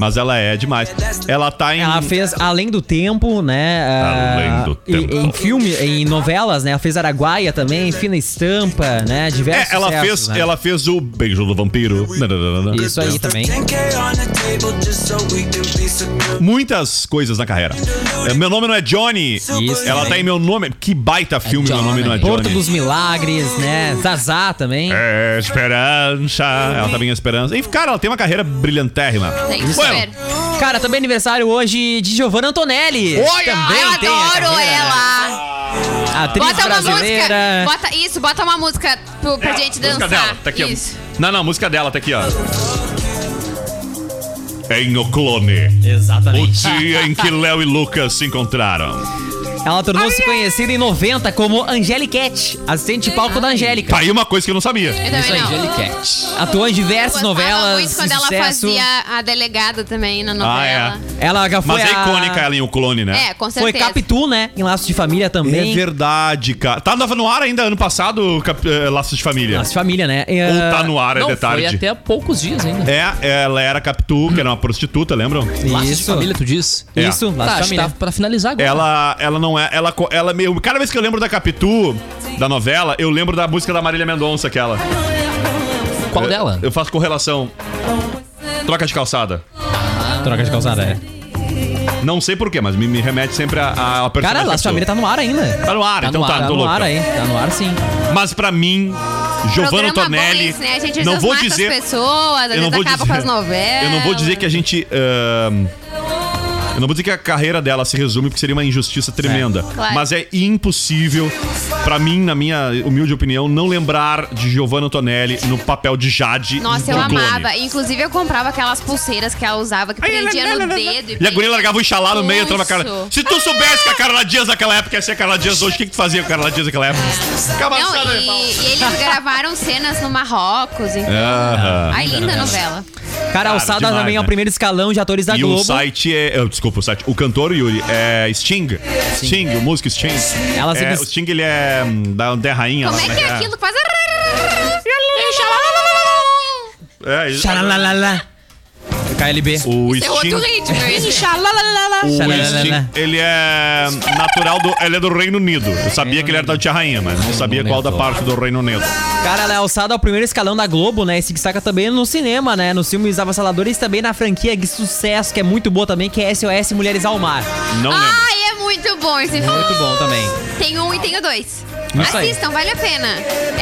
[SPEAKER 1] Mas ela é demais. Ela tá em.
[SPEAKER 2] Ela fez Além do Tempo, né? ah,
[SPEAKER 1] Além do
[SPEAKER 2] e-
[SPEAKER 1] Tempo.
[SPEAKER 2] Em filme, em novelas, né? Ela fez Araguaia também, Fina Estampa, né? Diversos
[SPEAKER 1] É, ela
[SPEAKER 2] sucessos,
[SPEAKER 1] fez,
[SPEAKER 2] né?
[SPEAKER 1] ela fez o Beijo do Vampiro.
[SPEAKER 2] Isso aí também.
[SPEAKER 1] Muitas coisas na carreira. É, Meu nome não é Johnny.
[SPEAKER 2] Isso.
[SPEAKER 1] Ela tá em meu nome. Que baita filme, meu nome não é
[SPEAKER 2] Porto
[SPEAKER 1] Johnny.
[SPEAKER 2] dos Milagres, né? Zazá também.
[SPEAKER 1] É, esperança. Ela tá bem esperança. E, cara, ela tem uma carreira brilhantérrima.
[SPEAKER 4] Tem
[SPEAKER 1] Bueno,
[SPEAKER 4] super.
[SPEAKER 2] Cara, também aniversário hoje de Giovanna Antonelli.
[SPEAKER 1] Olha,
[SPEAKER 2] também
[SPEAKER 4] Eu
[SPEAKER 2] tem a
[SPEAKER 4] adoro
[SPEAKER 2] carreira, né?
[SPEAKER 4] ela.
[SPEAKER 2] Atriz
[SPEAKER 4] Bota uma
[SPEAKER 2] brasileira.
[SPEAKER 4] música. Bota isso, bota uma música pro, pra gente dançar.
[SPEAKER 1] Música dela, tá aqui,
[SPEAKER 4] Isso.
[SPEAKER 1] ó. Não, não, música dela tá aqui, ó. Em O Clone, o
[SPEAKER 2] Exatamente.
[SPEAKER 1] dia em que Léo e Lucas se encontraram.
[SPEAKER 2] Ela tornou-se conhecida em 90 como Angelicat, assistente de palco da Angélica.
[SPEAKER 1] Tá aí uma coisa que eu não sabia.
[SPEAKER 4] Eu também
[SPEAKER 3] Isso aí,
[SPEAKER 4] não.
[SPEAKER 3] Angelicat.
[SPEAKER 2] Atuou em
[SPEAKER 4] Eu
[SPEAKER 2] diversas
[SPEAKER 4] gostava
[SPEAKER 2] novelas,
[SPEAKER 4] muito quando ela
[SPEAKER 2] sucesso.
[SPEAKER 4] fazia a delegada também na novela.
[SPEAKER 2] Ela já foi
[SPEAKER 1] Mas é
[SPEAKER 2] a-
[SPEAKER 1] icônica ela em O Clone, né?
[SPEAKER 4] é. com
[SPEAKER 2] Foi
[SPEAKER 4] certeza.
[SPEAKER 2] Capitu, né? Em Laços de Família também.
[SPEAKER 1] É verdade, cara. Tá tava no ar ainda ano passado, cap- eh, Laços de Família.
[SPEAKER 2] Laços de Família, né? É,
[SPEAKER 1] Ou tá no ar, é
[SPEAKER 3] Não,
[SPEAKER 1] de
[SPEAKER 3] foi
[SPEAKER 1] tarde.
[SPEAKER 3] até há poucos dias ainda.
[SPEAKER 1] É, ela era Capitu, que era uma prostituta, lembram?
[SPEAKER 3] Laços de
[SPEAKER 2] Isso.
[SPEAKER 3] família, tu diz?
[SPEAKER 1] É.
[SPEAKER 2] Isso, Laços
[SPEAKER 3] Tá,
[SPEAKER 2] de
[SPEAKER 3] acho que
[SPEAKER 2] Família.
[SPEAKER 3] tá pra finalizar agora.
[SPEAKER 1] Ela, ela não é. Ela, co- ela é meio. Cada vez que eu lembro da Capitu, da novela, eu lembro da música da Marília Mendonça, aquela. É,
[SPEAKER 3] Qual dela?
[SPEAKER 1] Eu faço correlação. Troca de calçada.
[SPEAKER 2] Troca de calçada, é.
[SPEAKER 1] Não sei porquê, mas me, me remete sempre a, a, a
[SPEAKER 2] Cara,
[SPEAKER 1] personagem.
[SPEAKER 2] Laços de Família tá no ar ainda.
[SPEAKER 1] Tá no ar,
[SPEAKER 3] Tá
[SPEAKER 1] então
[SPEAKER 3] no
[SPEAKER 1] tá,
[SPEAKER 3] ar,
[SPEAKER 1] tô
[SPEAKER 2] Tá no
[SPEAKER 1] louco.
[SPEAKER 2] ar aí, tá no ar sim.
[SPEAKER 1] Mas pra mim,
[SPEAKER 4] Programa
[SPEAKER 1] Giovanna
[SPEAKER 4] bom
[SPEAKER 1] Tonelli.
[SPEAKER 4] esse, né? A gente às
[SPEAKER 1] não
[SPEAKER 4] vezes
[SPEAKER 1] vou
[SPEAKER 4] mata
[SPEAKER 1] dizer.
[SPEAKER 4] as pessoas, às
[SPEAKER 1] eu
[SPEAKER 4] vezes
[SPEAKER 1] não vou
[SPEAKER 4] acaba
[SPEAKER 1] dizer,
[SPEAKER 4] com as novelas.
[SPEAKER 1] Eu não vou dizer que a gente. ahn, eu não vou dizer que a carreira dela se resume, porque seria uma injustiça tremenda.
[SPEAKER 4] Claro.
[SPEAKER 1] Mas é impossível, pra mim, na minha humilde opinião, não lembrar de Giovanna Antonelli no papel de Jade.
[SPEAKER 4] Nossa, eu
[SPEAKER 1] no Clone.
[SPEAKER 4] amava. Inclusive, eu comprava aquelas pulseiras que ela usava, que prendia no dedo.
[SPEAKER 1] E a guria largava o xalá no meio e entrava a cara.
[SPEAKER 4] Isso.
[SPEAKER 1] Se tu soubesse que a Carla Dias naquela época ia ser a Carla Dias hoje, o que, que tu fazia com a Carla Dias naquela época? Cabaçada,
[SPEAKER 4] Não,
[SPEAKER 1] né, É. pau?
[SPEAKER 4] e, e eles gravaram cenas no Marrocos, então.
[SPEAKER 1] Aham.
[SPEAKER 4] Ai, linda novela.
[SPEAKER 2] Cara, Alçada
[SPEAKER 1] demais,
[SPEAKER 2] também é o
[SPEAKER 1] né?
[SPEAKER 2] primeiro escalão de atores da
[SPEAKER 1] E
[SPEAKER 2] Globo.
[SPEAKER 1] o site é. eh, Desculpa, o site. O cantor, Yuri, é Sting. Sting, o músico Sting.
[SPEAKER 2] Ela se
[SPEAKER 1] É,
[SPEAKER 2] diz-
[SPEAKER 1] o Sting, ele é hum, da, da rainha.
[SPEAKER 4] Como
[SPEAKER 1] lá,
[SPEAKER 4] é
[SPEAKER 1] né?
[SPEAKER 4] que é aquilo que faz.
[SPEAKER 1] É, ele-
[SPEAKER 2] Xalalalá. KLB.
[SPEAKER 1] O
[SPEAKER 4] Isso é outro
[SPEAKER 1] Sting,
[SPEAKER 4] ritmo, isso.
[SPEAKER 1] o
[SPEAKER 2] Xalalalá.
[SPEAKER 1] Sting, ele é natural do. Ele é do Reino Unido. Eu
[SPEAKER 2] É,
[SPEAKER 1] sabia que ele era da Tia Rainha, mas não sabia qual da parte do Reino Unido.
[SPEAKER 2] Cara, ela é alçada ao primeiro escalão da Globo, né? E se destaca também no cinema, né? Nos filmes avassaladores e também na franquia de sucesso, que é muito boa também, que é SOS Mulheres ao Mar.
[SPEAKER 1] Não lembro.
[SPEAKER 4] Ai, é muito bom esse filme.
[SPEAKER 2] Muito bom também.
[SPEAKER 4] Tem um e tem o dois.
[SPEAKER 2] Isso aí.
[SPEAKER 4] Assistam, vale a pena.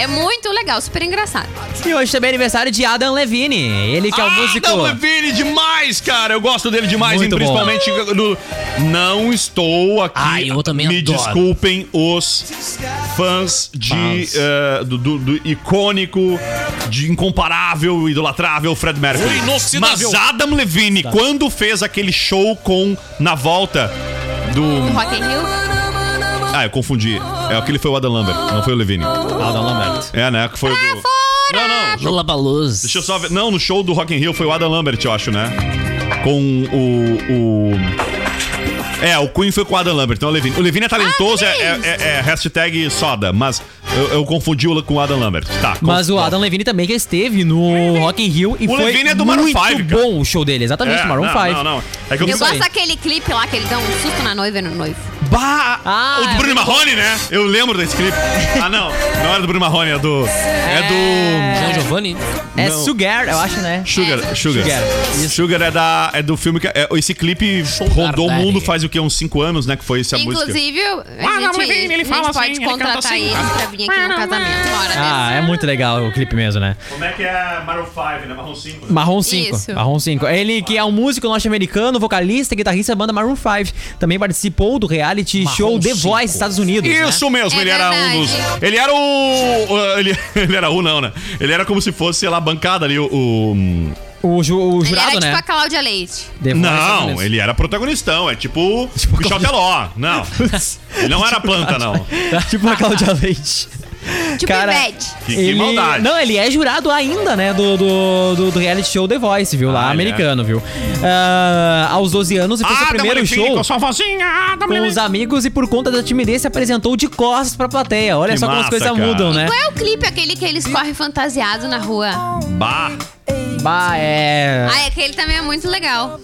[SPEAKER 4] É muito legal, super engraçado.
[SPEAKER 2] E hoje também é aniversário de Adam Levine. Ele que é o
[SPEAKER 1] Ah,
[SPEAKER 2] músico.
[SPEAKER 1] Adam Levine demais, cara. Eu gosto dele demais,
[SPEAKER 2] Muito
[SPEAKER 1] e principalmente no. Não estou aqui.
[SPEAKER 3] Ai, eu também
[SPEAKER 1] Me
[SPEAKER 3] adoro.
[SPEAKER 1] desculpem os fãs de
[SPEAKER 3] Fãs.
[SPEAKER 1] eh, do, do- do icônico, de incomparável, idolatrável Fred Mercury.
[SPEAKER 3] O inoxidável.
[SPEAKER 1] Mas Adam Levine, quando fez aquele show com na volta
[SPEAKER 4] O
[SPEAKER 1] do.
[SPEAKER 4] Rock in Rio.
[SPEAKER 1] Ah, eu confundi. É aquele foi o Adam Lambert, não foi o Levine.
[SPEAKER 2] Adam Lambert.
[SPEAKER 1] É, né? Que foi o do. Não, não.
[SPEAKER 3] Lola Baluz.
[SPEAKER 1] Deixa eu só ver. Não, no show do Rock in Rio foi o Adam Lambert, eu acho, né? Com o. o... É, o Queen foi com o Adam Lambert, não o Levine. O Levine é talentoso, é, é, é- é hashtag soda, mas eu, eu confundi o com o Adam Lambert. Tá, com-
[SPEAKER 2] Mas o Adam Levine também que esteve no Rock in Rio e
[SPEAKER 1] O
[SPEAKER 2] foi
[SPEAKER 1] Levine é do Maroon
[SPEAKER 2] muito
[SPEAKER 1] five, cara.
[SPEAKER 2] bom o show dele. Exatamente,
[SPEAKER 1] É,
[SPEAKER 2] Maroon
[SPEAKER 1] não,
[SPEAKER 2] 5.
[SPEAKER 1] Não, não. É que eu,
[SPEAKER 4] Eu
[SPEAKER 2] Isso aí.
[SPEAKER 4] gosto daquele clipe lá que ele dá um susto na noiva e no noivo.
[SPEAKER 1] Bah!
[SPEAKER 2] Ah,
[SPEAKER 1] o do
[SPEAKER 2] é
[SPEAKER 1] Bruno Marrone, né? Eu lembro desse clipe. Ah, não. Não era do Bruno Marrone, é do. É,
[SPEAKER 3] Jean Giovanni.
[SPEAKER 1] do.
[SPEAKER 2] É
[SPEAKER 1] não.
[SPEAKER 2] Sugar, eu acho, né?
[SPEAKER 1] Sugar, Sugar.
[SPEAKER 2] Sugar,
[SPEAKER 1] Sugar, é, da, é do filme que. é- esse clipe rondou o
[SPEAKER 3] Daddy.
[SPEAKER 1] mundo faz o quê? Uns 5 anos, né? Que foi essa música.
[SPEAKER 4] Inclusive, a gente, a gente pode contratar eles pra vir aqui no casamento. né? Uma hora dessa.
[SPEAKER 2] Ah, é muito legal o clipe mesmo, né?
[SPEAKER 1] Como é que é Maroon 5, né? Marrom 5.
[SPEAKER 2] Marrom 5.
[SPEAKER 4] Isso.
[SPEAKER 2] Marrom 5. Ele que é um músico norte-americano, vocalista, e guitarrista da banda Maroon 5. Também participou do reality
[SPEAKER 3] Marrom
[SPEAKER 2] show The
[SPEAKER 3] 5.
[SPEAKER 2] Voice, Estados Unidos. né?
[SPEAKER 1] Isso mesmo,
[SPEAKER 4] É
[SPEAKER 1] ele era um
[SPEAKER 4] verdade.
[SPEAKER 1] dos. Ele era o. o- Ele, ele era o, não, né? Ele era como se fosse, sei lá, a bancada ali, o. o-
[SPEAKER 2] O, ju- o
[SPEAKER 4] Ele era
[SPEAKER 2] jurado,
[SPEAKER 4] tipo
[SPEAKER 2] né?
[SPEAKER 4] a Cláudia Leite.
[SPEAKER 2] The Voice, Estados
[SPEAKER 1] Não,
[SPEAKER 2] Unidos.
[SPEAKER 1] ele era protagonistão, é tipo. Michel Teló. Não. Ele não era planta, não.
[SPEAKER 2] tipo a Cláudia Leite.
[SPEAKER 4] Tipo
[SPEAKER 2] Cara,
[SPEAKER 4] Ivete.
[SPEAKER 1] Que, que maldade.
[SPEAKER 2] Não, ele é jurado ainda, né? Do, do, do- do reality show The Voice, viu? Lá
[SPEAKER 1] Ah, ele é.
[SPEAKER 2] americano, viu? Ah, aos 12 anos e fez
[SPEAKER 1] Adam
[SPEAKER 2] o primeiro
[SPEAKER 1] Levine
[SPEAKER 2] show
[SPEAKER 1] Com um sua vozinha, Adam
[SPEAKER 2] com
[SPEAKER 1] Levine.
[SPEAKER 2] os amigos e por conta da timidez se apresentou de costas pra plateia. Olha
[SPEAKER 1] Que
[SPEAKER 2] só como
[SPEAKER 1] massa,
[SPEAKER 2] as coisas
[SPEAKER 1] cara.
[SPEAKER 2] mudam, né?
[SPEAKER 4] Qual é o clipe aquele que eles correm fantasiado na rua?
[SPEAKER 1] Bah,
[SPEAKER 2] Bah, é.
[SPEAKER 4] Ah, é aquele também é muito legal.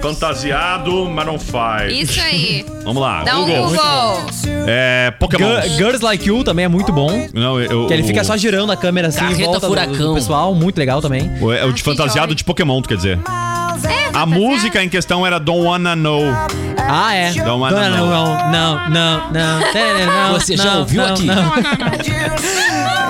[SPEAKER 1] fantasiado, Maroon 5.
[SPEAKER 4] Isso aí.
[SPEAKER 1] Vamos lá,
[SPEAKER 4] Dá um
[SPEAKER 1] Google.
[SPEAKER 4] Google.
[SPEAKER 1] É, Pokémon.
[SPEAKER 2] Gir- Girls Like You também é muito bom.
[SPEAKER 1] Não, eu,
[SPEAKER 2] Que ele
[SPEAKER 1] o-
[SPEAKER 2] fica só girando a câmera assim em
[SPEAKER 3] Carreta
[SPEAKER 2] volta do- do,
[SPEAKER 3] Furacão.
[SPEAKER 2] pessoal, muito legal também.
[SPEAKER 1] o- é o de
[SPEAKER 4] Ah,
[SPEAKER 1] fantasiado
[SPEAKER 4] que
[SPEAKER 1] de Pokémon, tu quer
[SPEAKER 4] É,
[SPEAKER 1] dizer. A
[SPEAKER 4] fantasiado.
[SPEAKER 1] música em questão era Don't Wanna Know.
[SPEAKER 2] Ah, é.
[SPEAKER 1] Don't wanna
[SPEAKER 2] Don't
[SPEAKER 1] know.
[SPEAKER 2] know. Não, não, não. não, não, não,
[SPEAKER 3] Você já
[SPEAKER 2] não,
[SPEAKER 3] ouviu
[SPEAKER 2] não,
[SPEAKER 3] aqui?
[SPEAKER 2] não.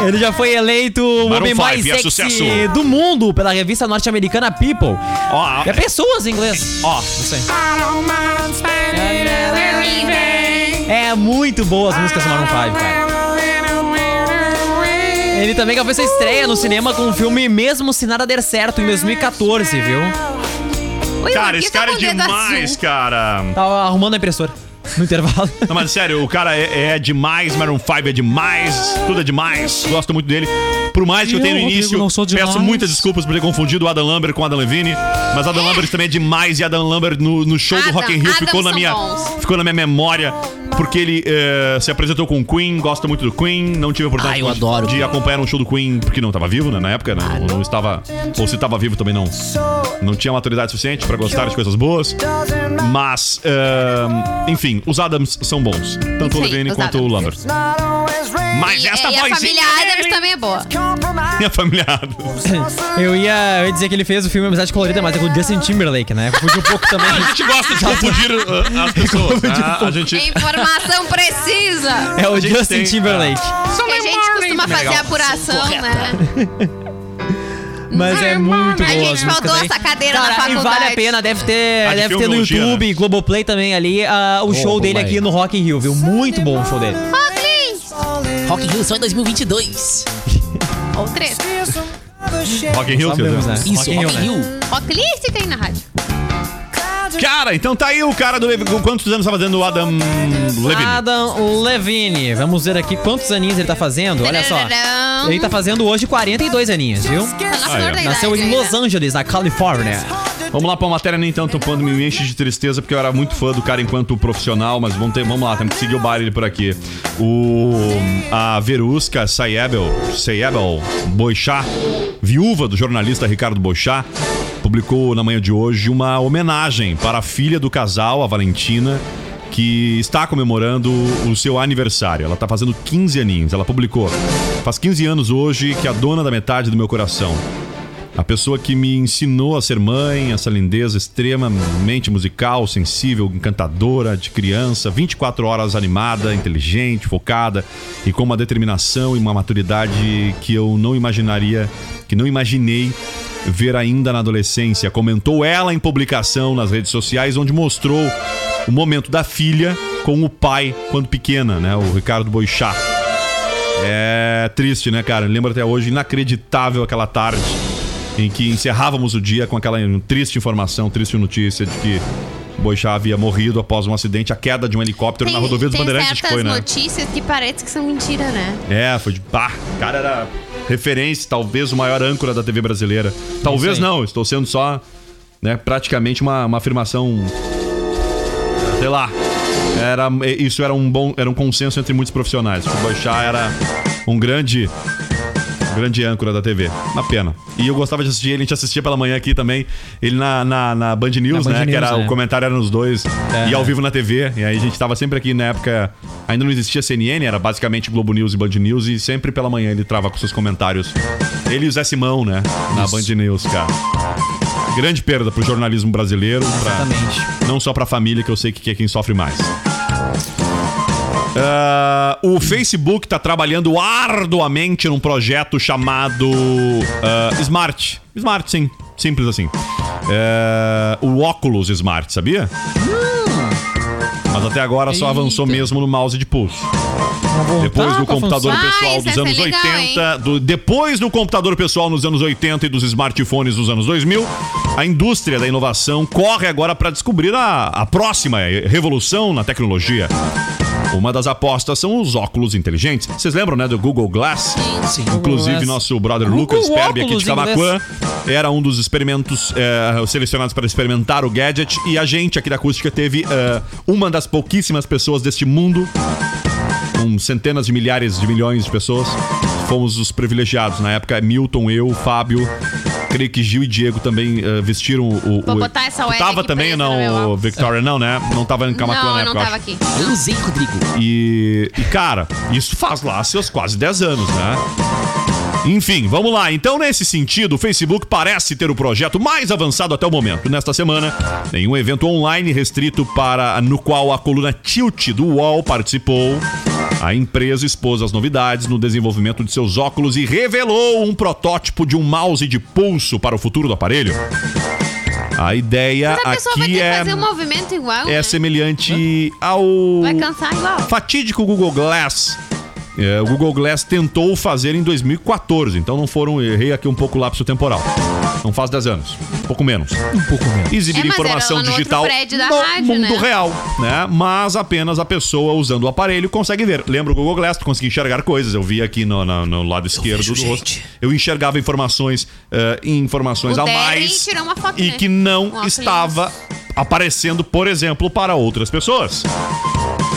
[SPEAKER 2] Ele já foi eleito o
[SPEAKER 1] Maroon
[SPEAKER 2] homem mais
[SPEAKER 1] five, é
[SPEAKER 2] sexy
[SPEAKER 1] sucesso.
[SPEAKER 2] do mundo pela revista norte-americana People.
[SPEAKER 1] Ó,
[SPEAKER 2] É pessoas em inglês.
[SPEAKER 1] ó.
[SPEAKER 2] Não sei. É muito boa as músicas do Maroon 5, cara. Ele também gravou essa estreia no cinema com o filme Mesmo Se Nada Der Certo, em 2014, viu?
[SPEAKER 4] Ui,
[SPEAKER 1] Cara,
[SPEAKER 4] por que
[SPEAKER 1] esse
[SPEAKER 4] tá
[SPEAKER 1] cara é
[SPEAKER 4] com o dedo
[SPEAKER 1] demais,
[SPEAKER 4] azul?
[SPEAKER 1] cara.
[SPEAKER 2] Tava arrumando a impressora no intervalo.
[SPEAKER 1] Não, mas sério, o cara é, é demais, Maroon 5 é demais, tudo é demais, gosto muito dele. Por mais que eu,
[SPEAKER 3] Eu,
[SPEAKER 1] tenha no
[SPEAKER 3] Rodrigo,
[SPEAKER 1] início,
[SPEAKER 3] não sou demais.
[SPEAKER 1] peço muitas desculpas por ter confundido o Adam Lambert com o Adam Levine, mas Adam Lambert também é demais e Adam Lambert no, no show do
[SPEAKER 4] Adam-
[SPEAKER 1] Rock in Rio
[SPEAKER 4] Adam
[SPEAKER 1] ficou na,
[SPEAKER 4] são
[SPEAKER 1] minha,
[SPEAKER 4] bons.
[SPEAKER 1] ficou na minha memória, porque ele eh, se apresentou com o Queen, gosta muito do Queen, não tive a oportunidade
[SPEAKER 3] Ah, eu
[SPEAKER 1] de,
[SPEAKER 3] adoro. Ah,
[SPEAKER 1] de acompanhar um show do Queen, porque não estava vivo né, na época, né, não, não estava, ou se estava vivo também não, não tinha maturidade suficiente para gostar de coisas boas. Mas, ahn, enfim, os Adams são bons. Tanto o
[SPEAKER 4] Sim,
[SPEAKER 1] Levine
[SPEAKER 4] os
[SPEAKER 1] quanto o
[SPEAKER 4] Adams.
[SPEAKER 1] Lambert. Mas
[SPEAKER 4] E,
[SPEAKER 1] esta
[SPEAKER 4] e a família
[SPEAKER 1] vozinha
[SPEAKER 4] Adams também é boa.
[SPEAKER 1] minha família Adams.
[SPEAKER 2] Eu ia, eu ia dizer que ele fez o filme Amizade Colorida, mas é com o Justin Timberlake, né? Fugiu um pouco também.
[SPEAKER 1] A gente gosta de confundir uh, as pessoas. né? A gente...
[SPEAKER 4] Informação precisa.
[SPEAKER 2] É o
[SPEAKER 1] gente
[SPEAKER 2] Justin
[SPEAKER 1] tem,
[SPEAKER 2] Timberlake.
[SPEAKER 4] que a gente costuma fazer
[SPEAKER 1] Legal.
[SPEAKER 4] apuração, né?
[SPEAKER 2] Mas é muito
[SPEAKER 4] A
[SPEAKER 2] boa. as
[SPEAKER 4] gente
[SPEAKER 2] músicas
[SPEAKER 4] faltou
[SPEAKER 2] também.
[SPEAKER 4] essa cadeira na
[SPEAKER 2] Cara, e
[SPEAKER 4] faculdade.
[SPEAKER 2] vale a pena, deve ter,
[SPEAKER 1] A de
[SPEAKER 2] deve ter no
[SPEAKER 1] filmologia,
[SPEAKER 2] YouTube, Globoplay também ali, ah, o show dele aqui no Rock in Rio, viu?
[SPEAKER 4] é
[SPEAKER 2] Muito bom o show dele.
[SPEAKER 3] Rock in Rio só em 2022.
[SPEAKER 4] Ou três.
[SPEAKER 1] Rock in Rio, quer
[SPEAKER 2] Sabemos, né?
[SPEAKER 1] dizer.
[SPEAKER 3] Isso, Rock in Rio.
[SPEAKER 2] né?
[SPEAKER 4] Rocklist tem na rádio.
[SPEAKER 1] Cara, então tá aí o cara do Levine. Quantos anos tá fazendo o Adam Levine?
[SPEAKER 2] Adam Levine. Vamos ver aqui quantos aninhos ele tá fazendo. Olha só.
[SPEAKER 4] Tararam.
[SPEAKER 2] Ele tá fazendo hoje 42 aninhos, viu?
[SPEAKER 4] Tá na
[SPEAKER 1] Ah,
[SPEAKER 4] flor
[SPEAKER 1] é.
[SPEAKER 4] da idade
[SPEAKER 2] Nasceu em
[SPEAKER 4] ainda.
[SPEAKER 2] Los Angeles, na Califórnia.
[SPEAKER 1] Vamos lá pra uma matéria, nem tanto quando me enche de tristeza, porque eu era muito fã do cara enquanto profissional, mas vamos, ter, vamos lá, temos que seguir o baile por aqui. O, a Verusca Sayebel, Sayebel Boixá, viúva do jornalista Ricardo Boixá, publicou na manhã de hoje uma homenagem para a filha do casal, a Valentina, que está comemorando o seu aniversário. Ela está fazendo 15 aninhos. Ela publicou: Faz 15 anos hoje que é a dona da metade do meu coração. A pessoa que me ensinou a ser mãe, essa lindeza extremamente musical, sensível, encantadora de criança, 24 horas animada, inteligente, focada e com uma determinação e uma maturidade que eu não imaginaria, que não imaginei ver ainda na adolescência, comentou ela em publicação nas redes sociais, onde mostrou o momento da filha com o pai quando pequena, né? O Ricardo Boixá. É triste, né, cara? Lembro até hoje, inacreditável aquela tarde em que encerrávamos o dia com aquela triste informação, triste notícia de que Boixá havia morrido após um acidente, a queda de um helicóptero na rodovia dos
[SPEAKER 4] tem
[SPEAKER 1] Bandeirantes, acho que
[SPEAKER 4] certas
[SPEAKER 1] foi, né?
[SPEAKER 4] notícias que parece que são mentira, né?
[SPEAKER 1] É, foi de pá. O cara era referência, talvez o maior âncora da TV brasileira. Talvez
[SPEAKER 2] Isso aí.
[SPEAKER 1] não, estou sendo só, né, praticamente uma, uma afirmação. Sei lá. Era, isso era um bom. Era um consenso entre muitos profissionais. O Boixá era um grande. Grande âncora da TV. Uma pena. E eu gostava de assistir ele, a gente assistia pela manhã aqui também. Ele na, na, na Band News,
[SPEAKER 2] Na Band
[SPEAKER 1] né? que
[SPEAKER 2] News,
[SPEAKER 1] era,
[SPEAKER 2] né?
[SPEAKER 1] o comentário era nos dois.
[SPEAKER 2] É.
[SPEAKER 1] E ao vivo na TV. E aí a gente tava sempre aqui na época. Ainda não existia CNN, era basicamente Globo News e Band News. E sempre pela manhã ele trava com seus comentários. Ele e o Zé Simão, né? Na Band News, cara. Grande perda pro jornalismo brasileiro. pra-
[SPEAKER 2] Exatamente.
[SPEAKER 1] não só pra família, que eu sei que é quem sofre mais. Ah, o Facebook tá trabalhando arduamente num projeto chamado ah, Smart. Smart, sim. Simples assim. É, o óculos Smart, sabia? Mas até agora só avançou mesmo no mouse de pulso. Depois do
[SPEAKER 2] pra
[SPEAKER 1] computador
[SPEAKER 4] funcionar. Ah,
[SPEAKER 1] pessoal
[SPEAKER 4] isso
[SPEAKER 1] dos
[SPEAKER 4] é
[SPEAKER 1] anos
[SPEAKER 4] legal,
[SPEAKER 1] 80, do- depois do computador pessoal nos anos 80 e dos smartphones dos anos 2000, a indústria da inovação corre agora para descobrir a, a próxima revolução na tecnologia. Uma das apostas são os óculos inteligentes. Vocês lembram, né, do Google Glass?
[SPEAKER 3] Sim.
[SPEAKER 1] Inclusive,
[SPEAKER 2] Glass.
[SPEAKER 1] nosso brother
[SPEAKER 2] Google
[SPEAKER 1] Lucas Perby aqui
[SPEAKER 2] óculos
[SPEAKER 1] de
[SPEAKER 2] em
[SPEAKER 1] Camacuã era um dos experimentos eh, selecionados para experimentar o gadget. E a gente aqui da Acústica teve eh, uma das pouquíssimas pessoas deste mundo, com centenas de milhares de milhões de pessoas. Fomos os privilegiados. Na época, Milton, eu, Fábio. Creio que Gil e Diego também eh, vestiram o. o
[SPEAKER 4] Vou
[SPEAKER 1] o-
[SPEAKER 4] botar essa
[SPEAKER 1] Tu
[SPEAKER 4] OL
[SPEAKER 1] tava
[SPEAKER 4] aqui
[SPEAKER 1] também,
[SPEAKER 4] presa no meu
[SPEAKER 1] não,
[SPEAKER 4] óculos.
[SPEAKER 1] Victoria, não, né? Não tava em Camacuã
[SPEAKER 4] não, eu
[SPEAKER 1] na época.
[SPEAKER 4] não
[SPEAKER 1] eu
[SPEAKER 4] tava
[SPEAKER 1] acho.
[SPEAKER 4] aqui.
[SPEAKER 3] Eu usei, Rodrigo.
[SPEAKER 1] E, e, cara, isso faz lá seus quase 10 anos, né? Enfim, vamos lá. Então, nesse sentido, o Facebook parece ter o projeto mais avançado até o momento. Nesta semana, em um evento online restrito para no qual a coluna Tilt do UOL participou, a empresa expôs as novidades no desenvolvimento de seus óculos e revelou um protótipo de um mouse de pulso para o futuro do aparelho. A ideia
[SPEAKER 4] Mas a pessoa vai ter que
[SPEAKER 1] aqui é,
[SPEAKER 4] fazer um movimento igual.
[SPEAKER 1] é
[SPEAKER 4] né?
[SPEAKER 1] semelhante ao
[SPEAKER 4] Vai cansar igual.
[SPEAKER 1] fatídico Google Glass. É, o Google Glass tentou fazer em 2014, então não foram, errei aqui um pouco o lapso temporal. Não faz 10 anos, um pouco menos. Um pouco menos. Exibir
[SPEAKER 4] É, mas era
[SPEAKER 1] informação
[SPEAKER 4] lá no outro
[SPEAKER 1] digital
[SPEAKER 4] prédio da
[SPEAKER 1] no
[SPEAKER 4] rádio,
[SPEAKER 1] mundo
[SPEAKER 4] né?
[SPEAKER 1] real, né? Mas apenas a pessoa usando o aparelho consegue ver. Lembra o Google Glass, tu conseguia enxergar coisas. Eu vi aqui no, na- no lado esquerdo
[SPEAKER 3] vejo
[SPEAKER 1] do rosto.
[SPEAKER 3] gente.
[SPEAKER 1] Eu enxergava informações, eh, informações
[SPEAKER 4] O
[SPEAKER 1] a
[SPEAKER 4] Derry
[SPEAKER 1] mais
[SPEAKER 4] tirou uma foto,
[SPEAKER 1] e
[SPEAKER 4] né?
[SPEAKER 1] que não
[SPEAKER 4] Com óculos.
[SPEAKER 1] estava aparecendo, por exemplo, para outras pessoas.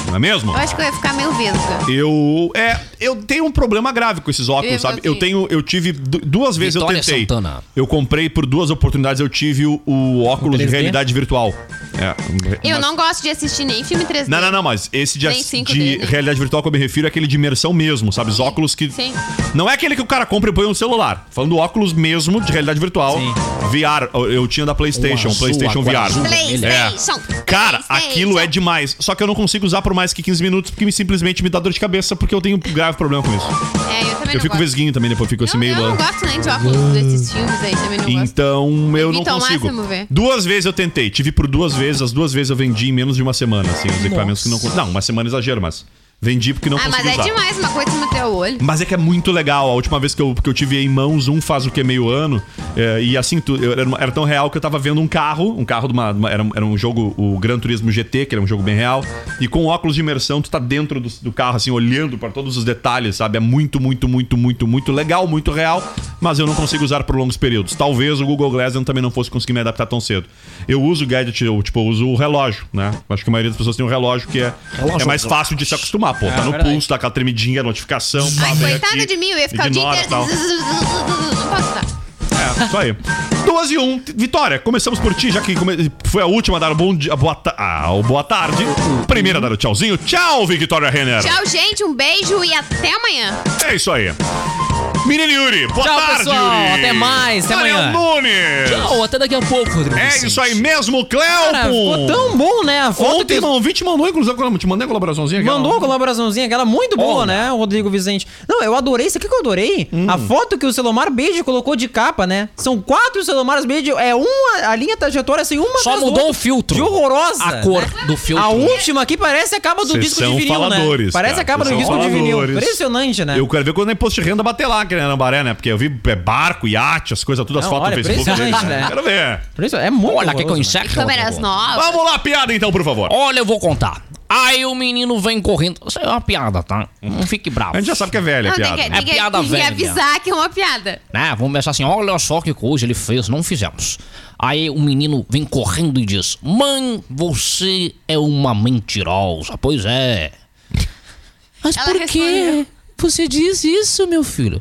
[SPEAKER 1] Não é mesmo?
[SPEAKER 4] Eu acho que eu ia ficar meio vesga.
[SPEAKER 1] Eu. É, eu tenho um problema grave com esses óculos,
[SPEAKER 4] Eu
[SPEAKER 1] sabe?
[SPEAKER 4] imagino.
[SPEAKER 1] Eu tenho. Eu tive. du- Duas vezes
[SPEAKER 3] Vitória
[SPEAKER 1] eu tentei.
[SPEAKER 3] Santana.
[SPEAKER 1] Eu comprei por duas oportunidades, eu tive o, o óculos de
[SPEAKER 2] 3D?
[SPEAKER 1] realidade virtual. É,
[SPEAKER 4] Eu
[SPEAKER 1] mas-
[SPEAKER 4] não gosto de assistir nem filme 3D.
[SPEAKER 1] Não, não, não, mas esse de,
[SPEAKER 4] Nem
[SPEAKER 1] ass-
[SPEAKER 4] 5D,
[SPEAKER 1] de
[SPEAKER 4] nem-
[SPEAKER 1] realidade virtual que eu me refiro é aquele de imersão mesmo, sabe? Os óculos que.
[SPEAKER 4] Sim.
[SPEAKER 1] Não é aquele que o cara compra e põe no celular. Falando do óculos mesmo de realidade virtual.
[SPEAKER 2] Sim.
[SPEAKER 1] VR, eu- eu tinha da PlayStation,
[SPEAKER 3] Um azul,
[SPEAKER 1] PlayStation
[SPEAKER 3] agora
[SPEAKER 1] VR.
[SPEAKER 3] azul.
[SPEAKER 4] PlayStation.
[SPEAKER 1] Cara,
[SPEAKER 4] PlayStation.
[SPEAKER 1] aquilo é demais. Só que eu não consigo usar por mais que 15 minutos porque me- simplesmente me dá dor de cabeça porque eu tenho um grave problema com isso.
[SPEAKER 4] É, eu também
[SPEAKER 1] Eu
[SPEAKER 4] não
[SPEAKER 1] fico
[SPEAKER 4] gosto.
[SPEAKER 1] vesguinho também, depois fico assim
[SPEAKER 4] Não,
[SPEAKER 1] meio
[SPEAKER 4] eu não
[SPEAKER 1] lã.
[SPEAKER 4] gosto nem de óculos desses filmes aí, também não gosto.
[SPEAKER 1] Então eu não
[SPEAKER 4] Evita ao
[SPEAKER 1] consigo.
[SPEAKER 4] máximo Ah. ver.
[SPEAKER 1] Duas vezes eu tentei, tive por duas vezes, as duas vezes eu vendi em menos de uma semana, assim, os equipamentos que não. con- Não, uma semana é exagero, mas vendi porque não
[SPEAKER 4] Ah, mas
[SPEAKER 1] consegui
[SPEAKER 4] é
[SPEAKER 1] usar.
[SPEAKER 4] demais uma coisa no teu olho.
[SPEAKER 1] Mas é que é muito legal. A última vez que eu, que eu tive em mãos um faz o que meio ano. é, e assim, tu- eu- era, uma- era tão real que eu tava vendo um carro, um carro de uma. de uma- era, um- era um jogo, o Gran Turismo GT, que era um jogo bem real. E com óculos de imersão, tu tá dentro do, do carro, assim, olhando pra todos os detalhes, sabe? É muito, muito, muito, muito, muito legal, muito real. Mas eu não consigo usar por longos períodos. Talvez o Google Glass eu também não fosse conseguir me adaptar tão cedo. Eu uso o gadget, eu, tipo, eu uso o relógio, né? Acho que a maioria das pessoas tem um relógio que é, é mais fácil de se acostumar, pô. Tá no
[SPEAKER 2] verdade.
[SPEAKER 1] pulso, tá aquela tremidinha, notificação.
[SPEAKER 4] Ai,
[SPEAKER 1] Sabe,
[SPEAKER 4] coitada
[SPEAKER 1] aqui,
[SPEAKER 4] de mim, eu ia ficar o dia
[SPEAKER 1] ignora,
[SPEAKER 4] inteiro.
[SPEAKER 1] tal.
[SPEAKER 4] Não posso dar.
[SPEAKER 1] É, isso aí. Duas e um. Vitória, começamos por ti, já que come- foi a última a dar o bom dia. Boa, ta- ah, o boa tarde. Primeira a dar o tchauzinho. Tchau, Victoria Renner.
[SPEAKER 4] Tchau, gente. Um beijo e até amanhã.
[SPEAKER 1] É isso aí. Menino Yuri, boa
[SPEAKER 2] Tchau,
[SPEAKER 1] tarde,
[SPEAKER 2] pessoal.
[SPEAKER 1] Yuri.
[SPEAKER 2] Até mais, até
[SPEAKER 1] Daniel
[SPEAKER 2] amanhã.
[SPEAKER 1] Nunes.
[SPEAKER 3] Tchau, Ah, até daqui a pouco, Rodrigo.
[SPEAKER 1] É
[SPEAKER 3] Vicente.
[SPEAKER 1] isso aí mesmo, Cleopo.
[SPEAKER 2] Cara, ficou tão bom, né? A foto
[SPEAKER 1] Ontem,
[SPEAKER 2] que-
[SPEAKER 1] irmão, o ouvinte mandou, inclusive, eu te mandei a colaboraçãozinha. aquela.
[SPEAKER 2] Mandou uma colaboraçãozinha, aquela muito boa, né, o Rodrigo Vicente? Não, eu adorei, isso aqui que eu adorei.
[SPEAKER 3] Hum.
[SPEAKER 2] A foto que o Celomar Beige colocou de capa, né? São quatro Celomares Beige, é uma, a linha trajetória, assim, uma
[SPEAKER 3] Só
[SPEAKER 2] atrás da
[SPEAKER 3] mudou o
[SPEAKER 2] outra,
[SPEAKER 3] filtro.
[SPEAKER 2] De horrorosa.
[SPEAKER 3] A cor do filtro.
[SPEAKER 2] A última aqui parece a capa do
[SPEAKER 1] Vocês
[SPEAKER 2] disco de
[SPEAKER 1] são
[SPEAKER 2] vinil, né?
[SPEAKER 1] faladores,
[SPEAKER 2] Parece
[SPEAKER 1] cara,
[SPEAKER 2] a capa do
[SPEAKER 1] vocês
[SPEAKER 2] disco
[SPEAKER 1] são
[SPEAKER 2] de vinil.
[SPEAKER 1] faladores.
[SPEAKER 2] Impressionante, né?
[SPEAKER 1] Eu quero ver quando o imposto de renda bater lá, que é na Baré, né? Porque eu vi é, barco, iate, as coisas, todas as
[SPEAKER 2] Não,
[SPEAKER 1] fotos
[SPEAKER 2] olha,
[SPEAKER 1] no Facebook.
[SPEAKER 2] impressionante,
[SPEAKER 1] deles.
[SPEAKER 2] né?
[SPEAKER 1] Quero ver.
[SPEAKER 2] Impressionante, É muito
[SPEAKER 3] Olha, quer que eu
[SPEAKER 2] horroroso, né?
[SPEAKER 3] enxergue?
[SPEAKER 4] Câmeras
[SPEAKER 3] Rodrigo?
[SPEAKER 4] novas.
[SPEAKER 1] Vamos lá, piada então, por favor.
[SPEAKER 3] Olha, eu vou contar. Aí o menino vem correndo. Isso é uma piada, tá? Não fique bravo.
[SPEAKER 1] A gente já sabe que é velha a
[SPEAKER 4] Não, tem
[SPEAKER 1] piada.
[SPEAKER 4] que,
[SPEAKER 1] né?
[SPEAKER 4] tem que-
[SPEAKER 3] piada
[SPEAKER 4] tem que
[SPEAKER 3] velha.
[SPEAKER 4] avisar que é uma piada.
[SPEAKER 3] né? Vamos pensar assim, olha só que coisa ele fez, não fizemos. Aí o menino vem correndo e diz: Mãe, você é uma mentirosa. Pois é. Mas
[SPEAKER 4] Ela
[SPEAKER 3] por
[SPEAKER 4] respondeu.
[SPEAKER 3] que você diz isso, meu filho?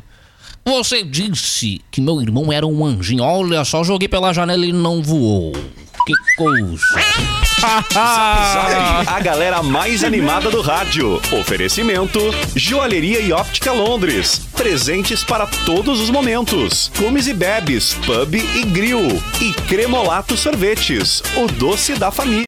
[SPEAKER 3] Você disse que meu irmão era um anjinho. Olha só, joguei pela janela e ele não voou. Que coisa.
[SPEAKER 9] A galera mais animada do rádio. Oferecimento: Joalheria e Óptica Londres. Presentes para todos os momentos. Comes e bebes, pub e grill. E Cremolato Sorvetes, o doce da família.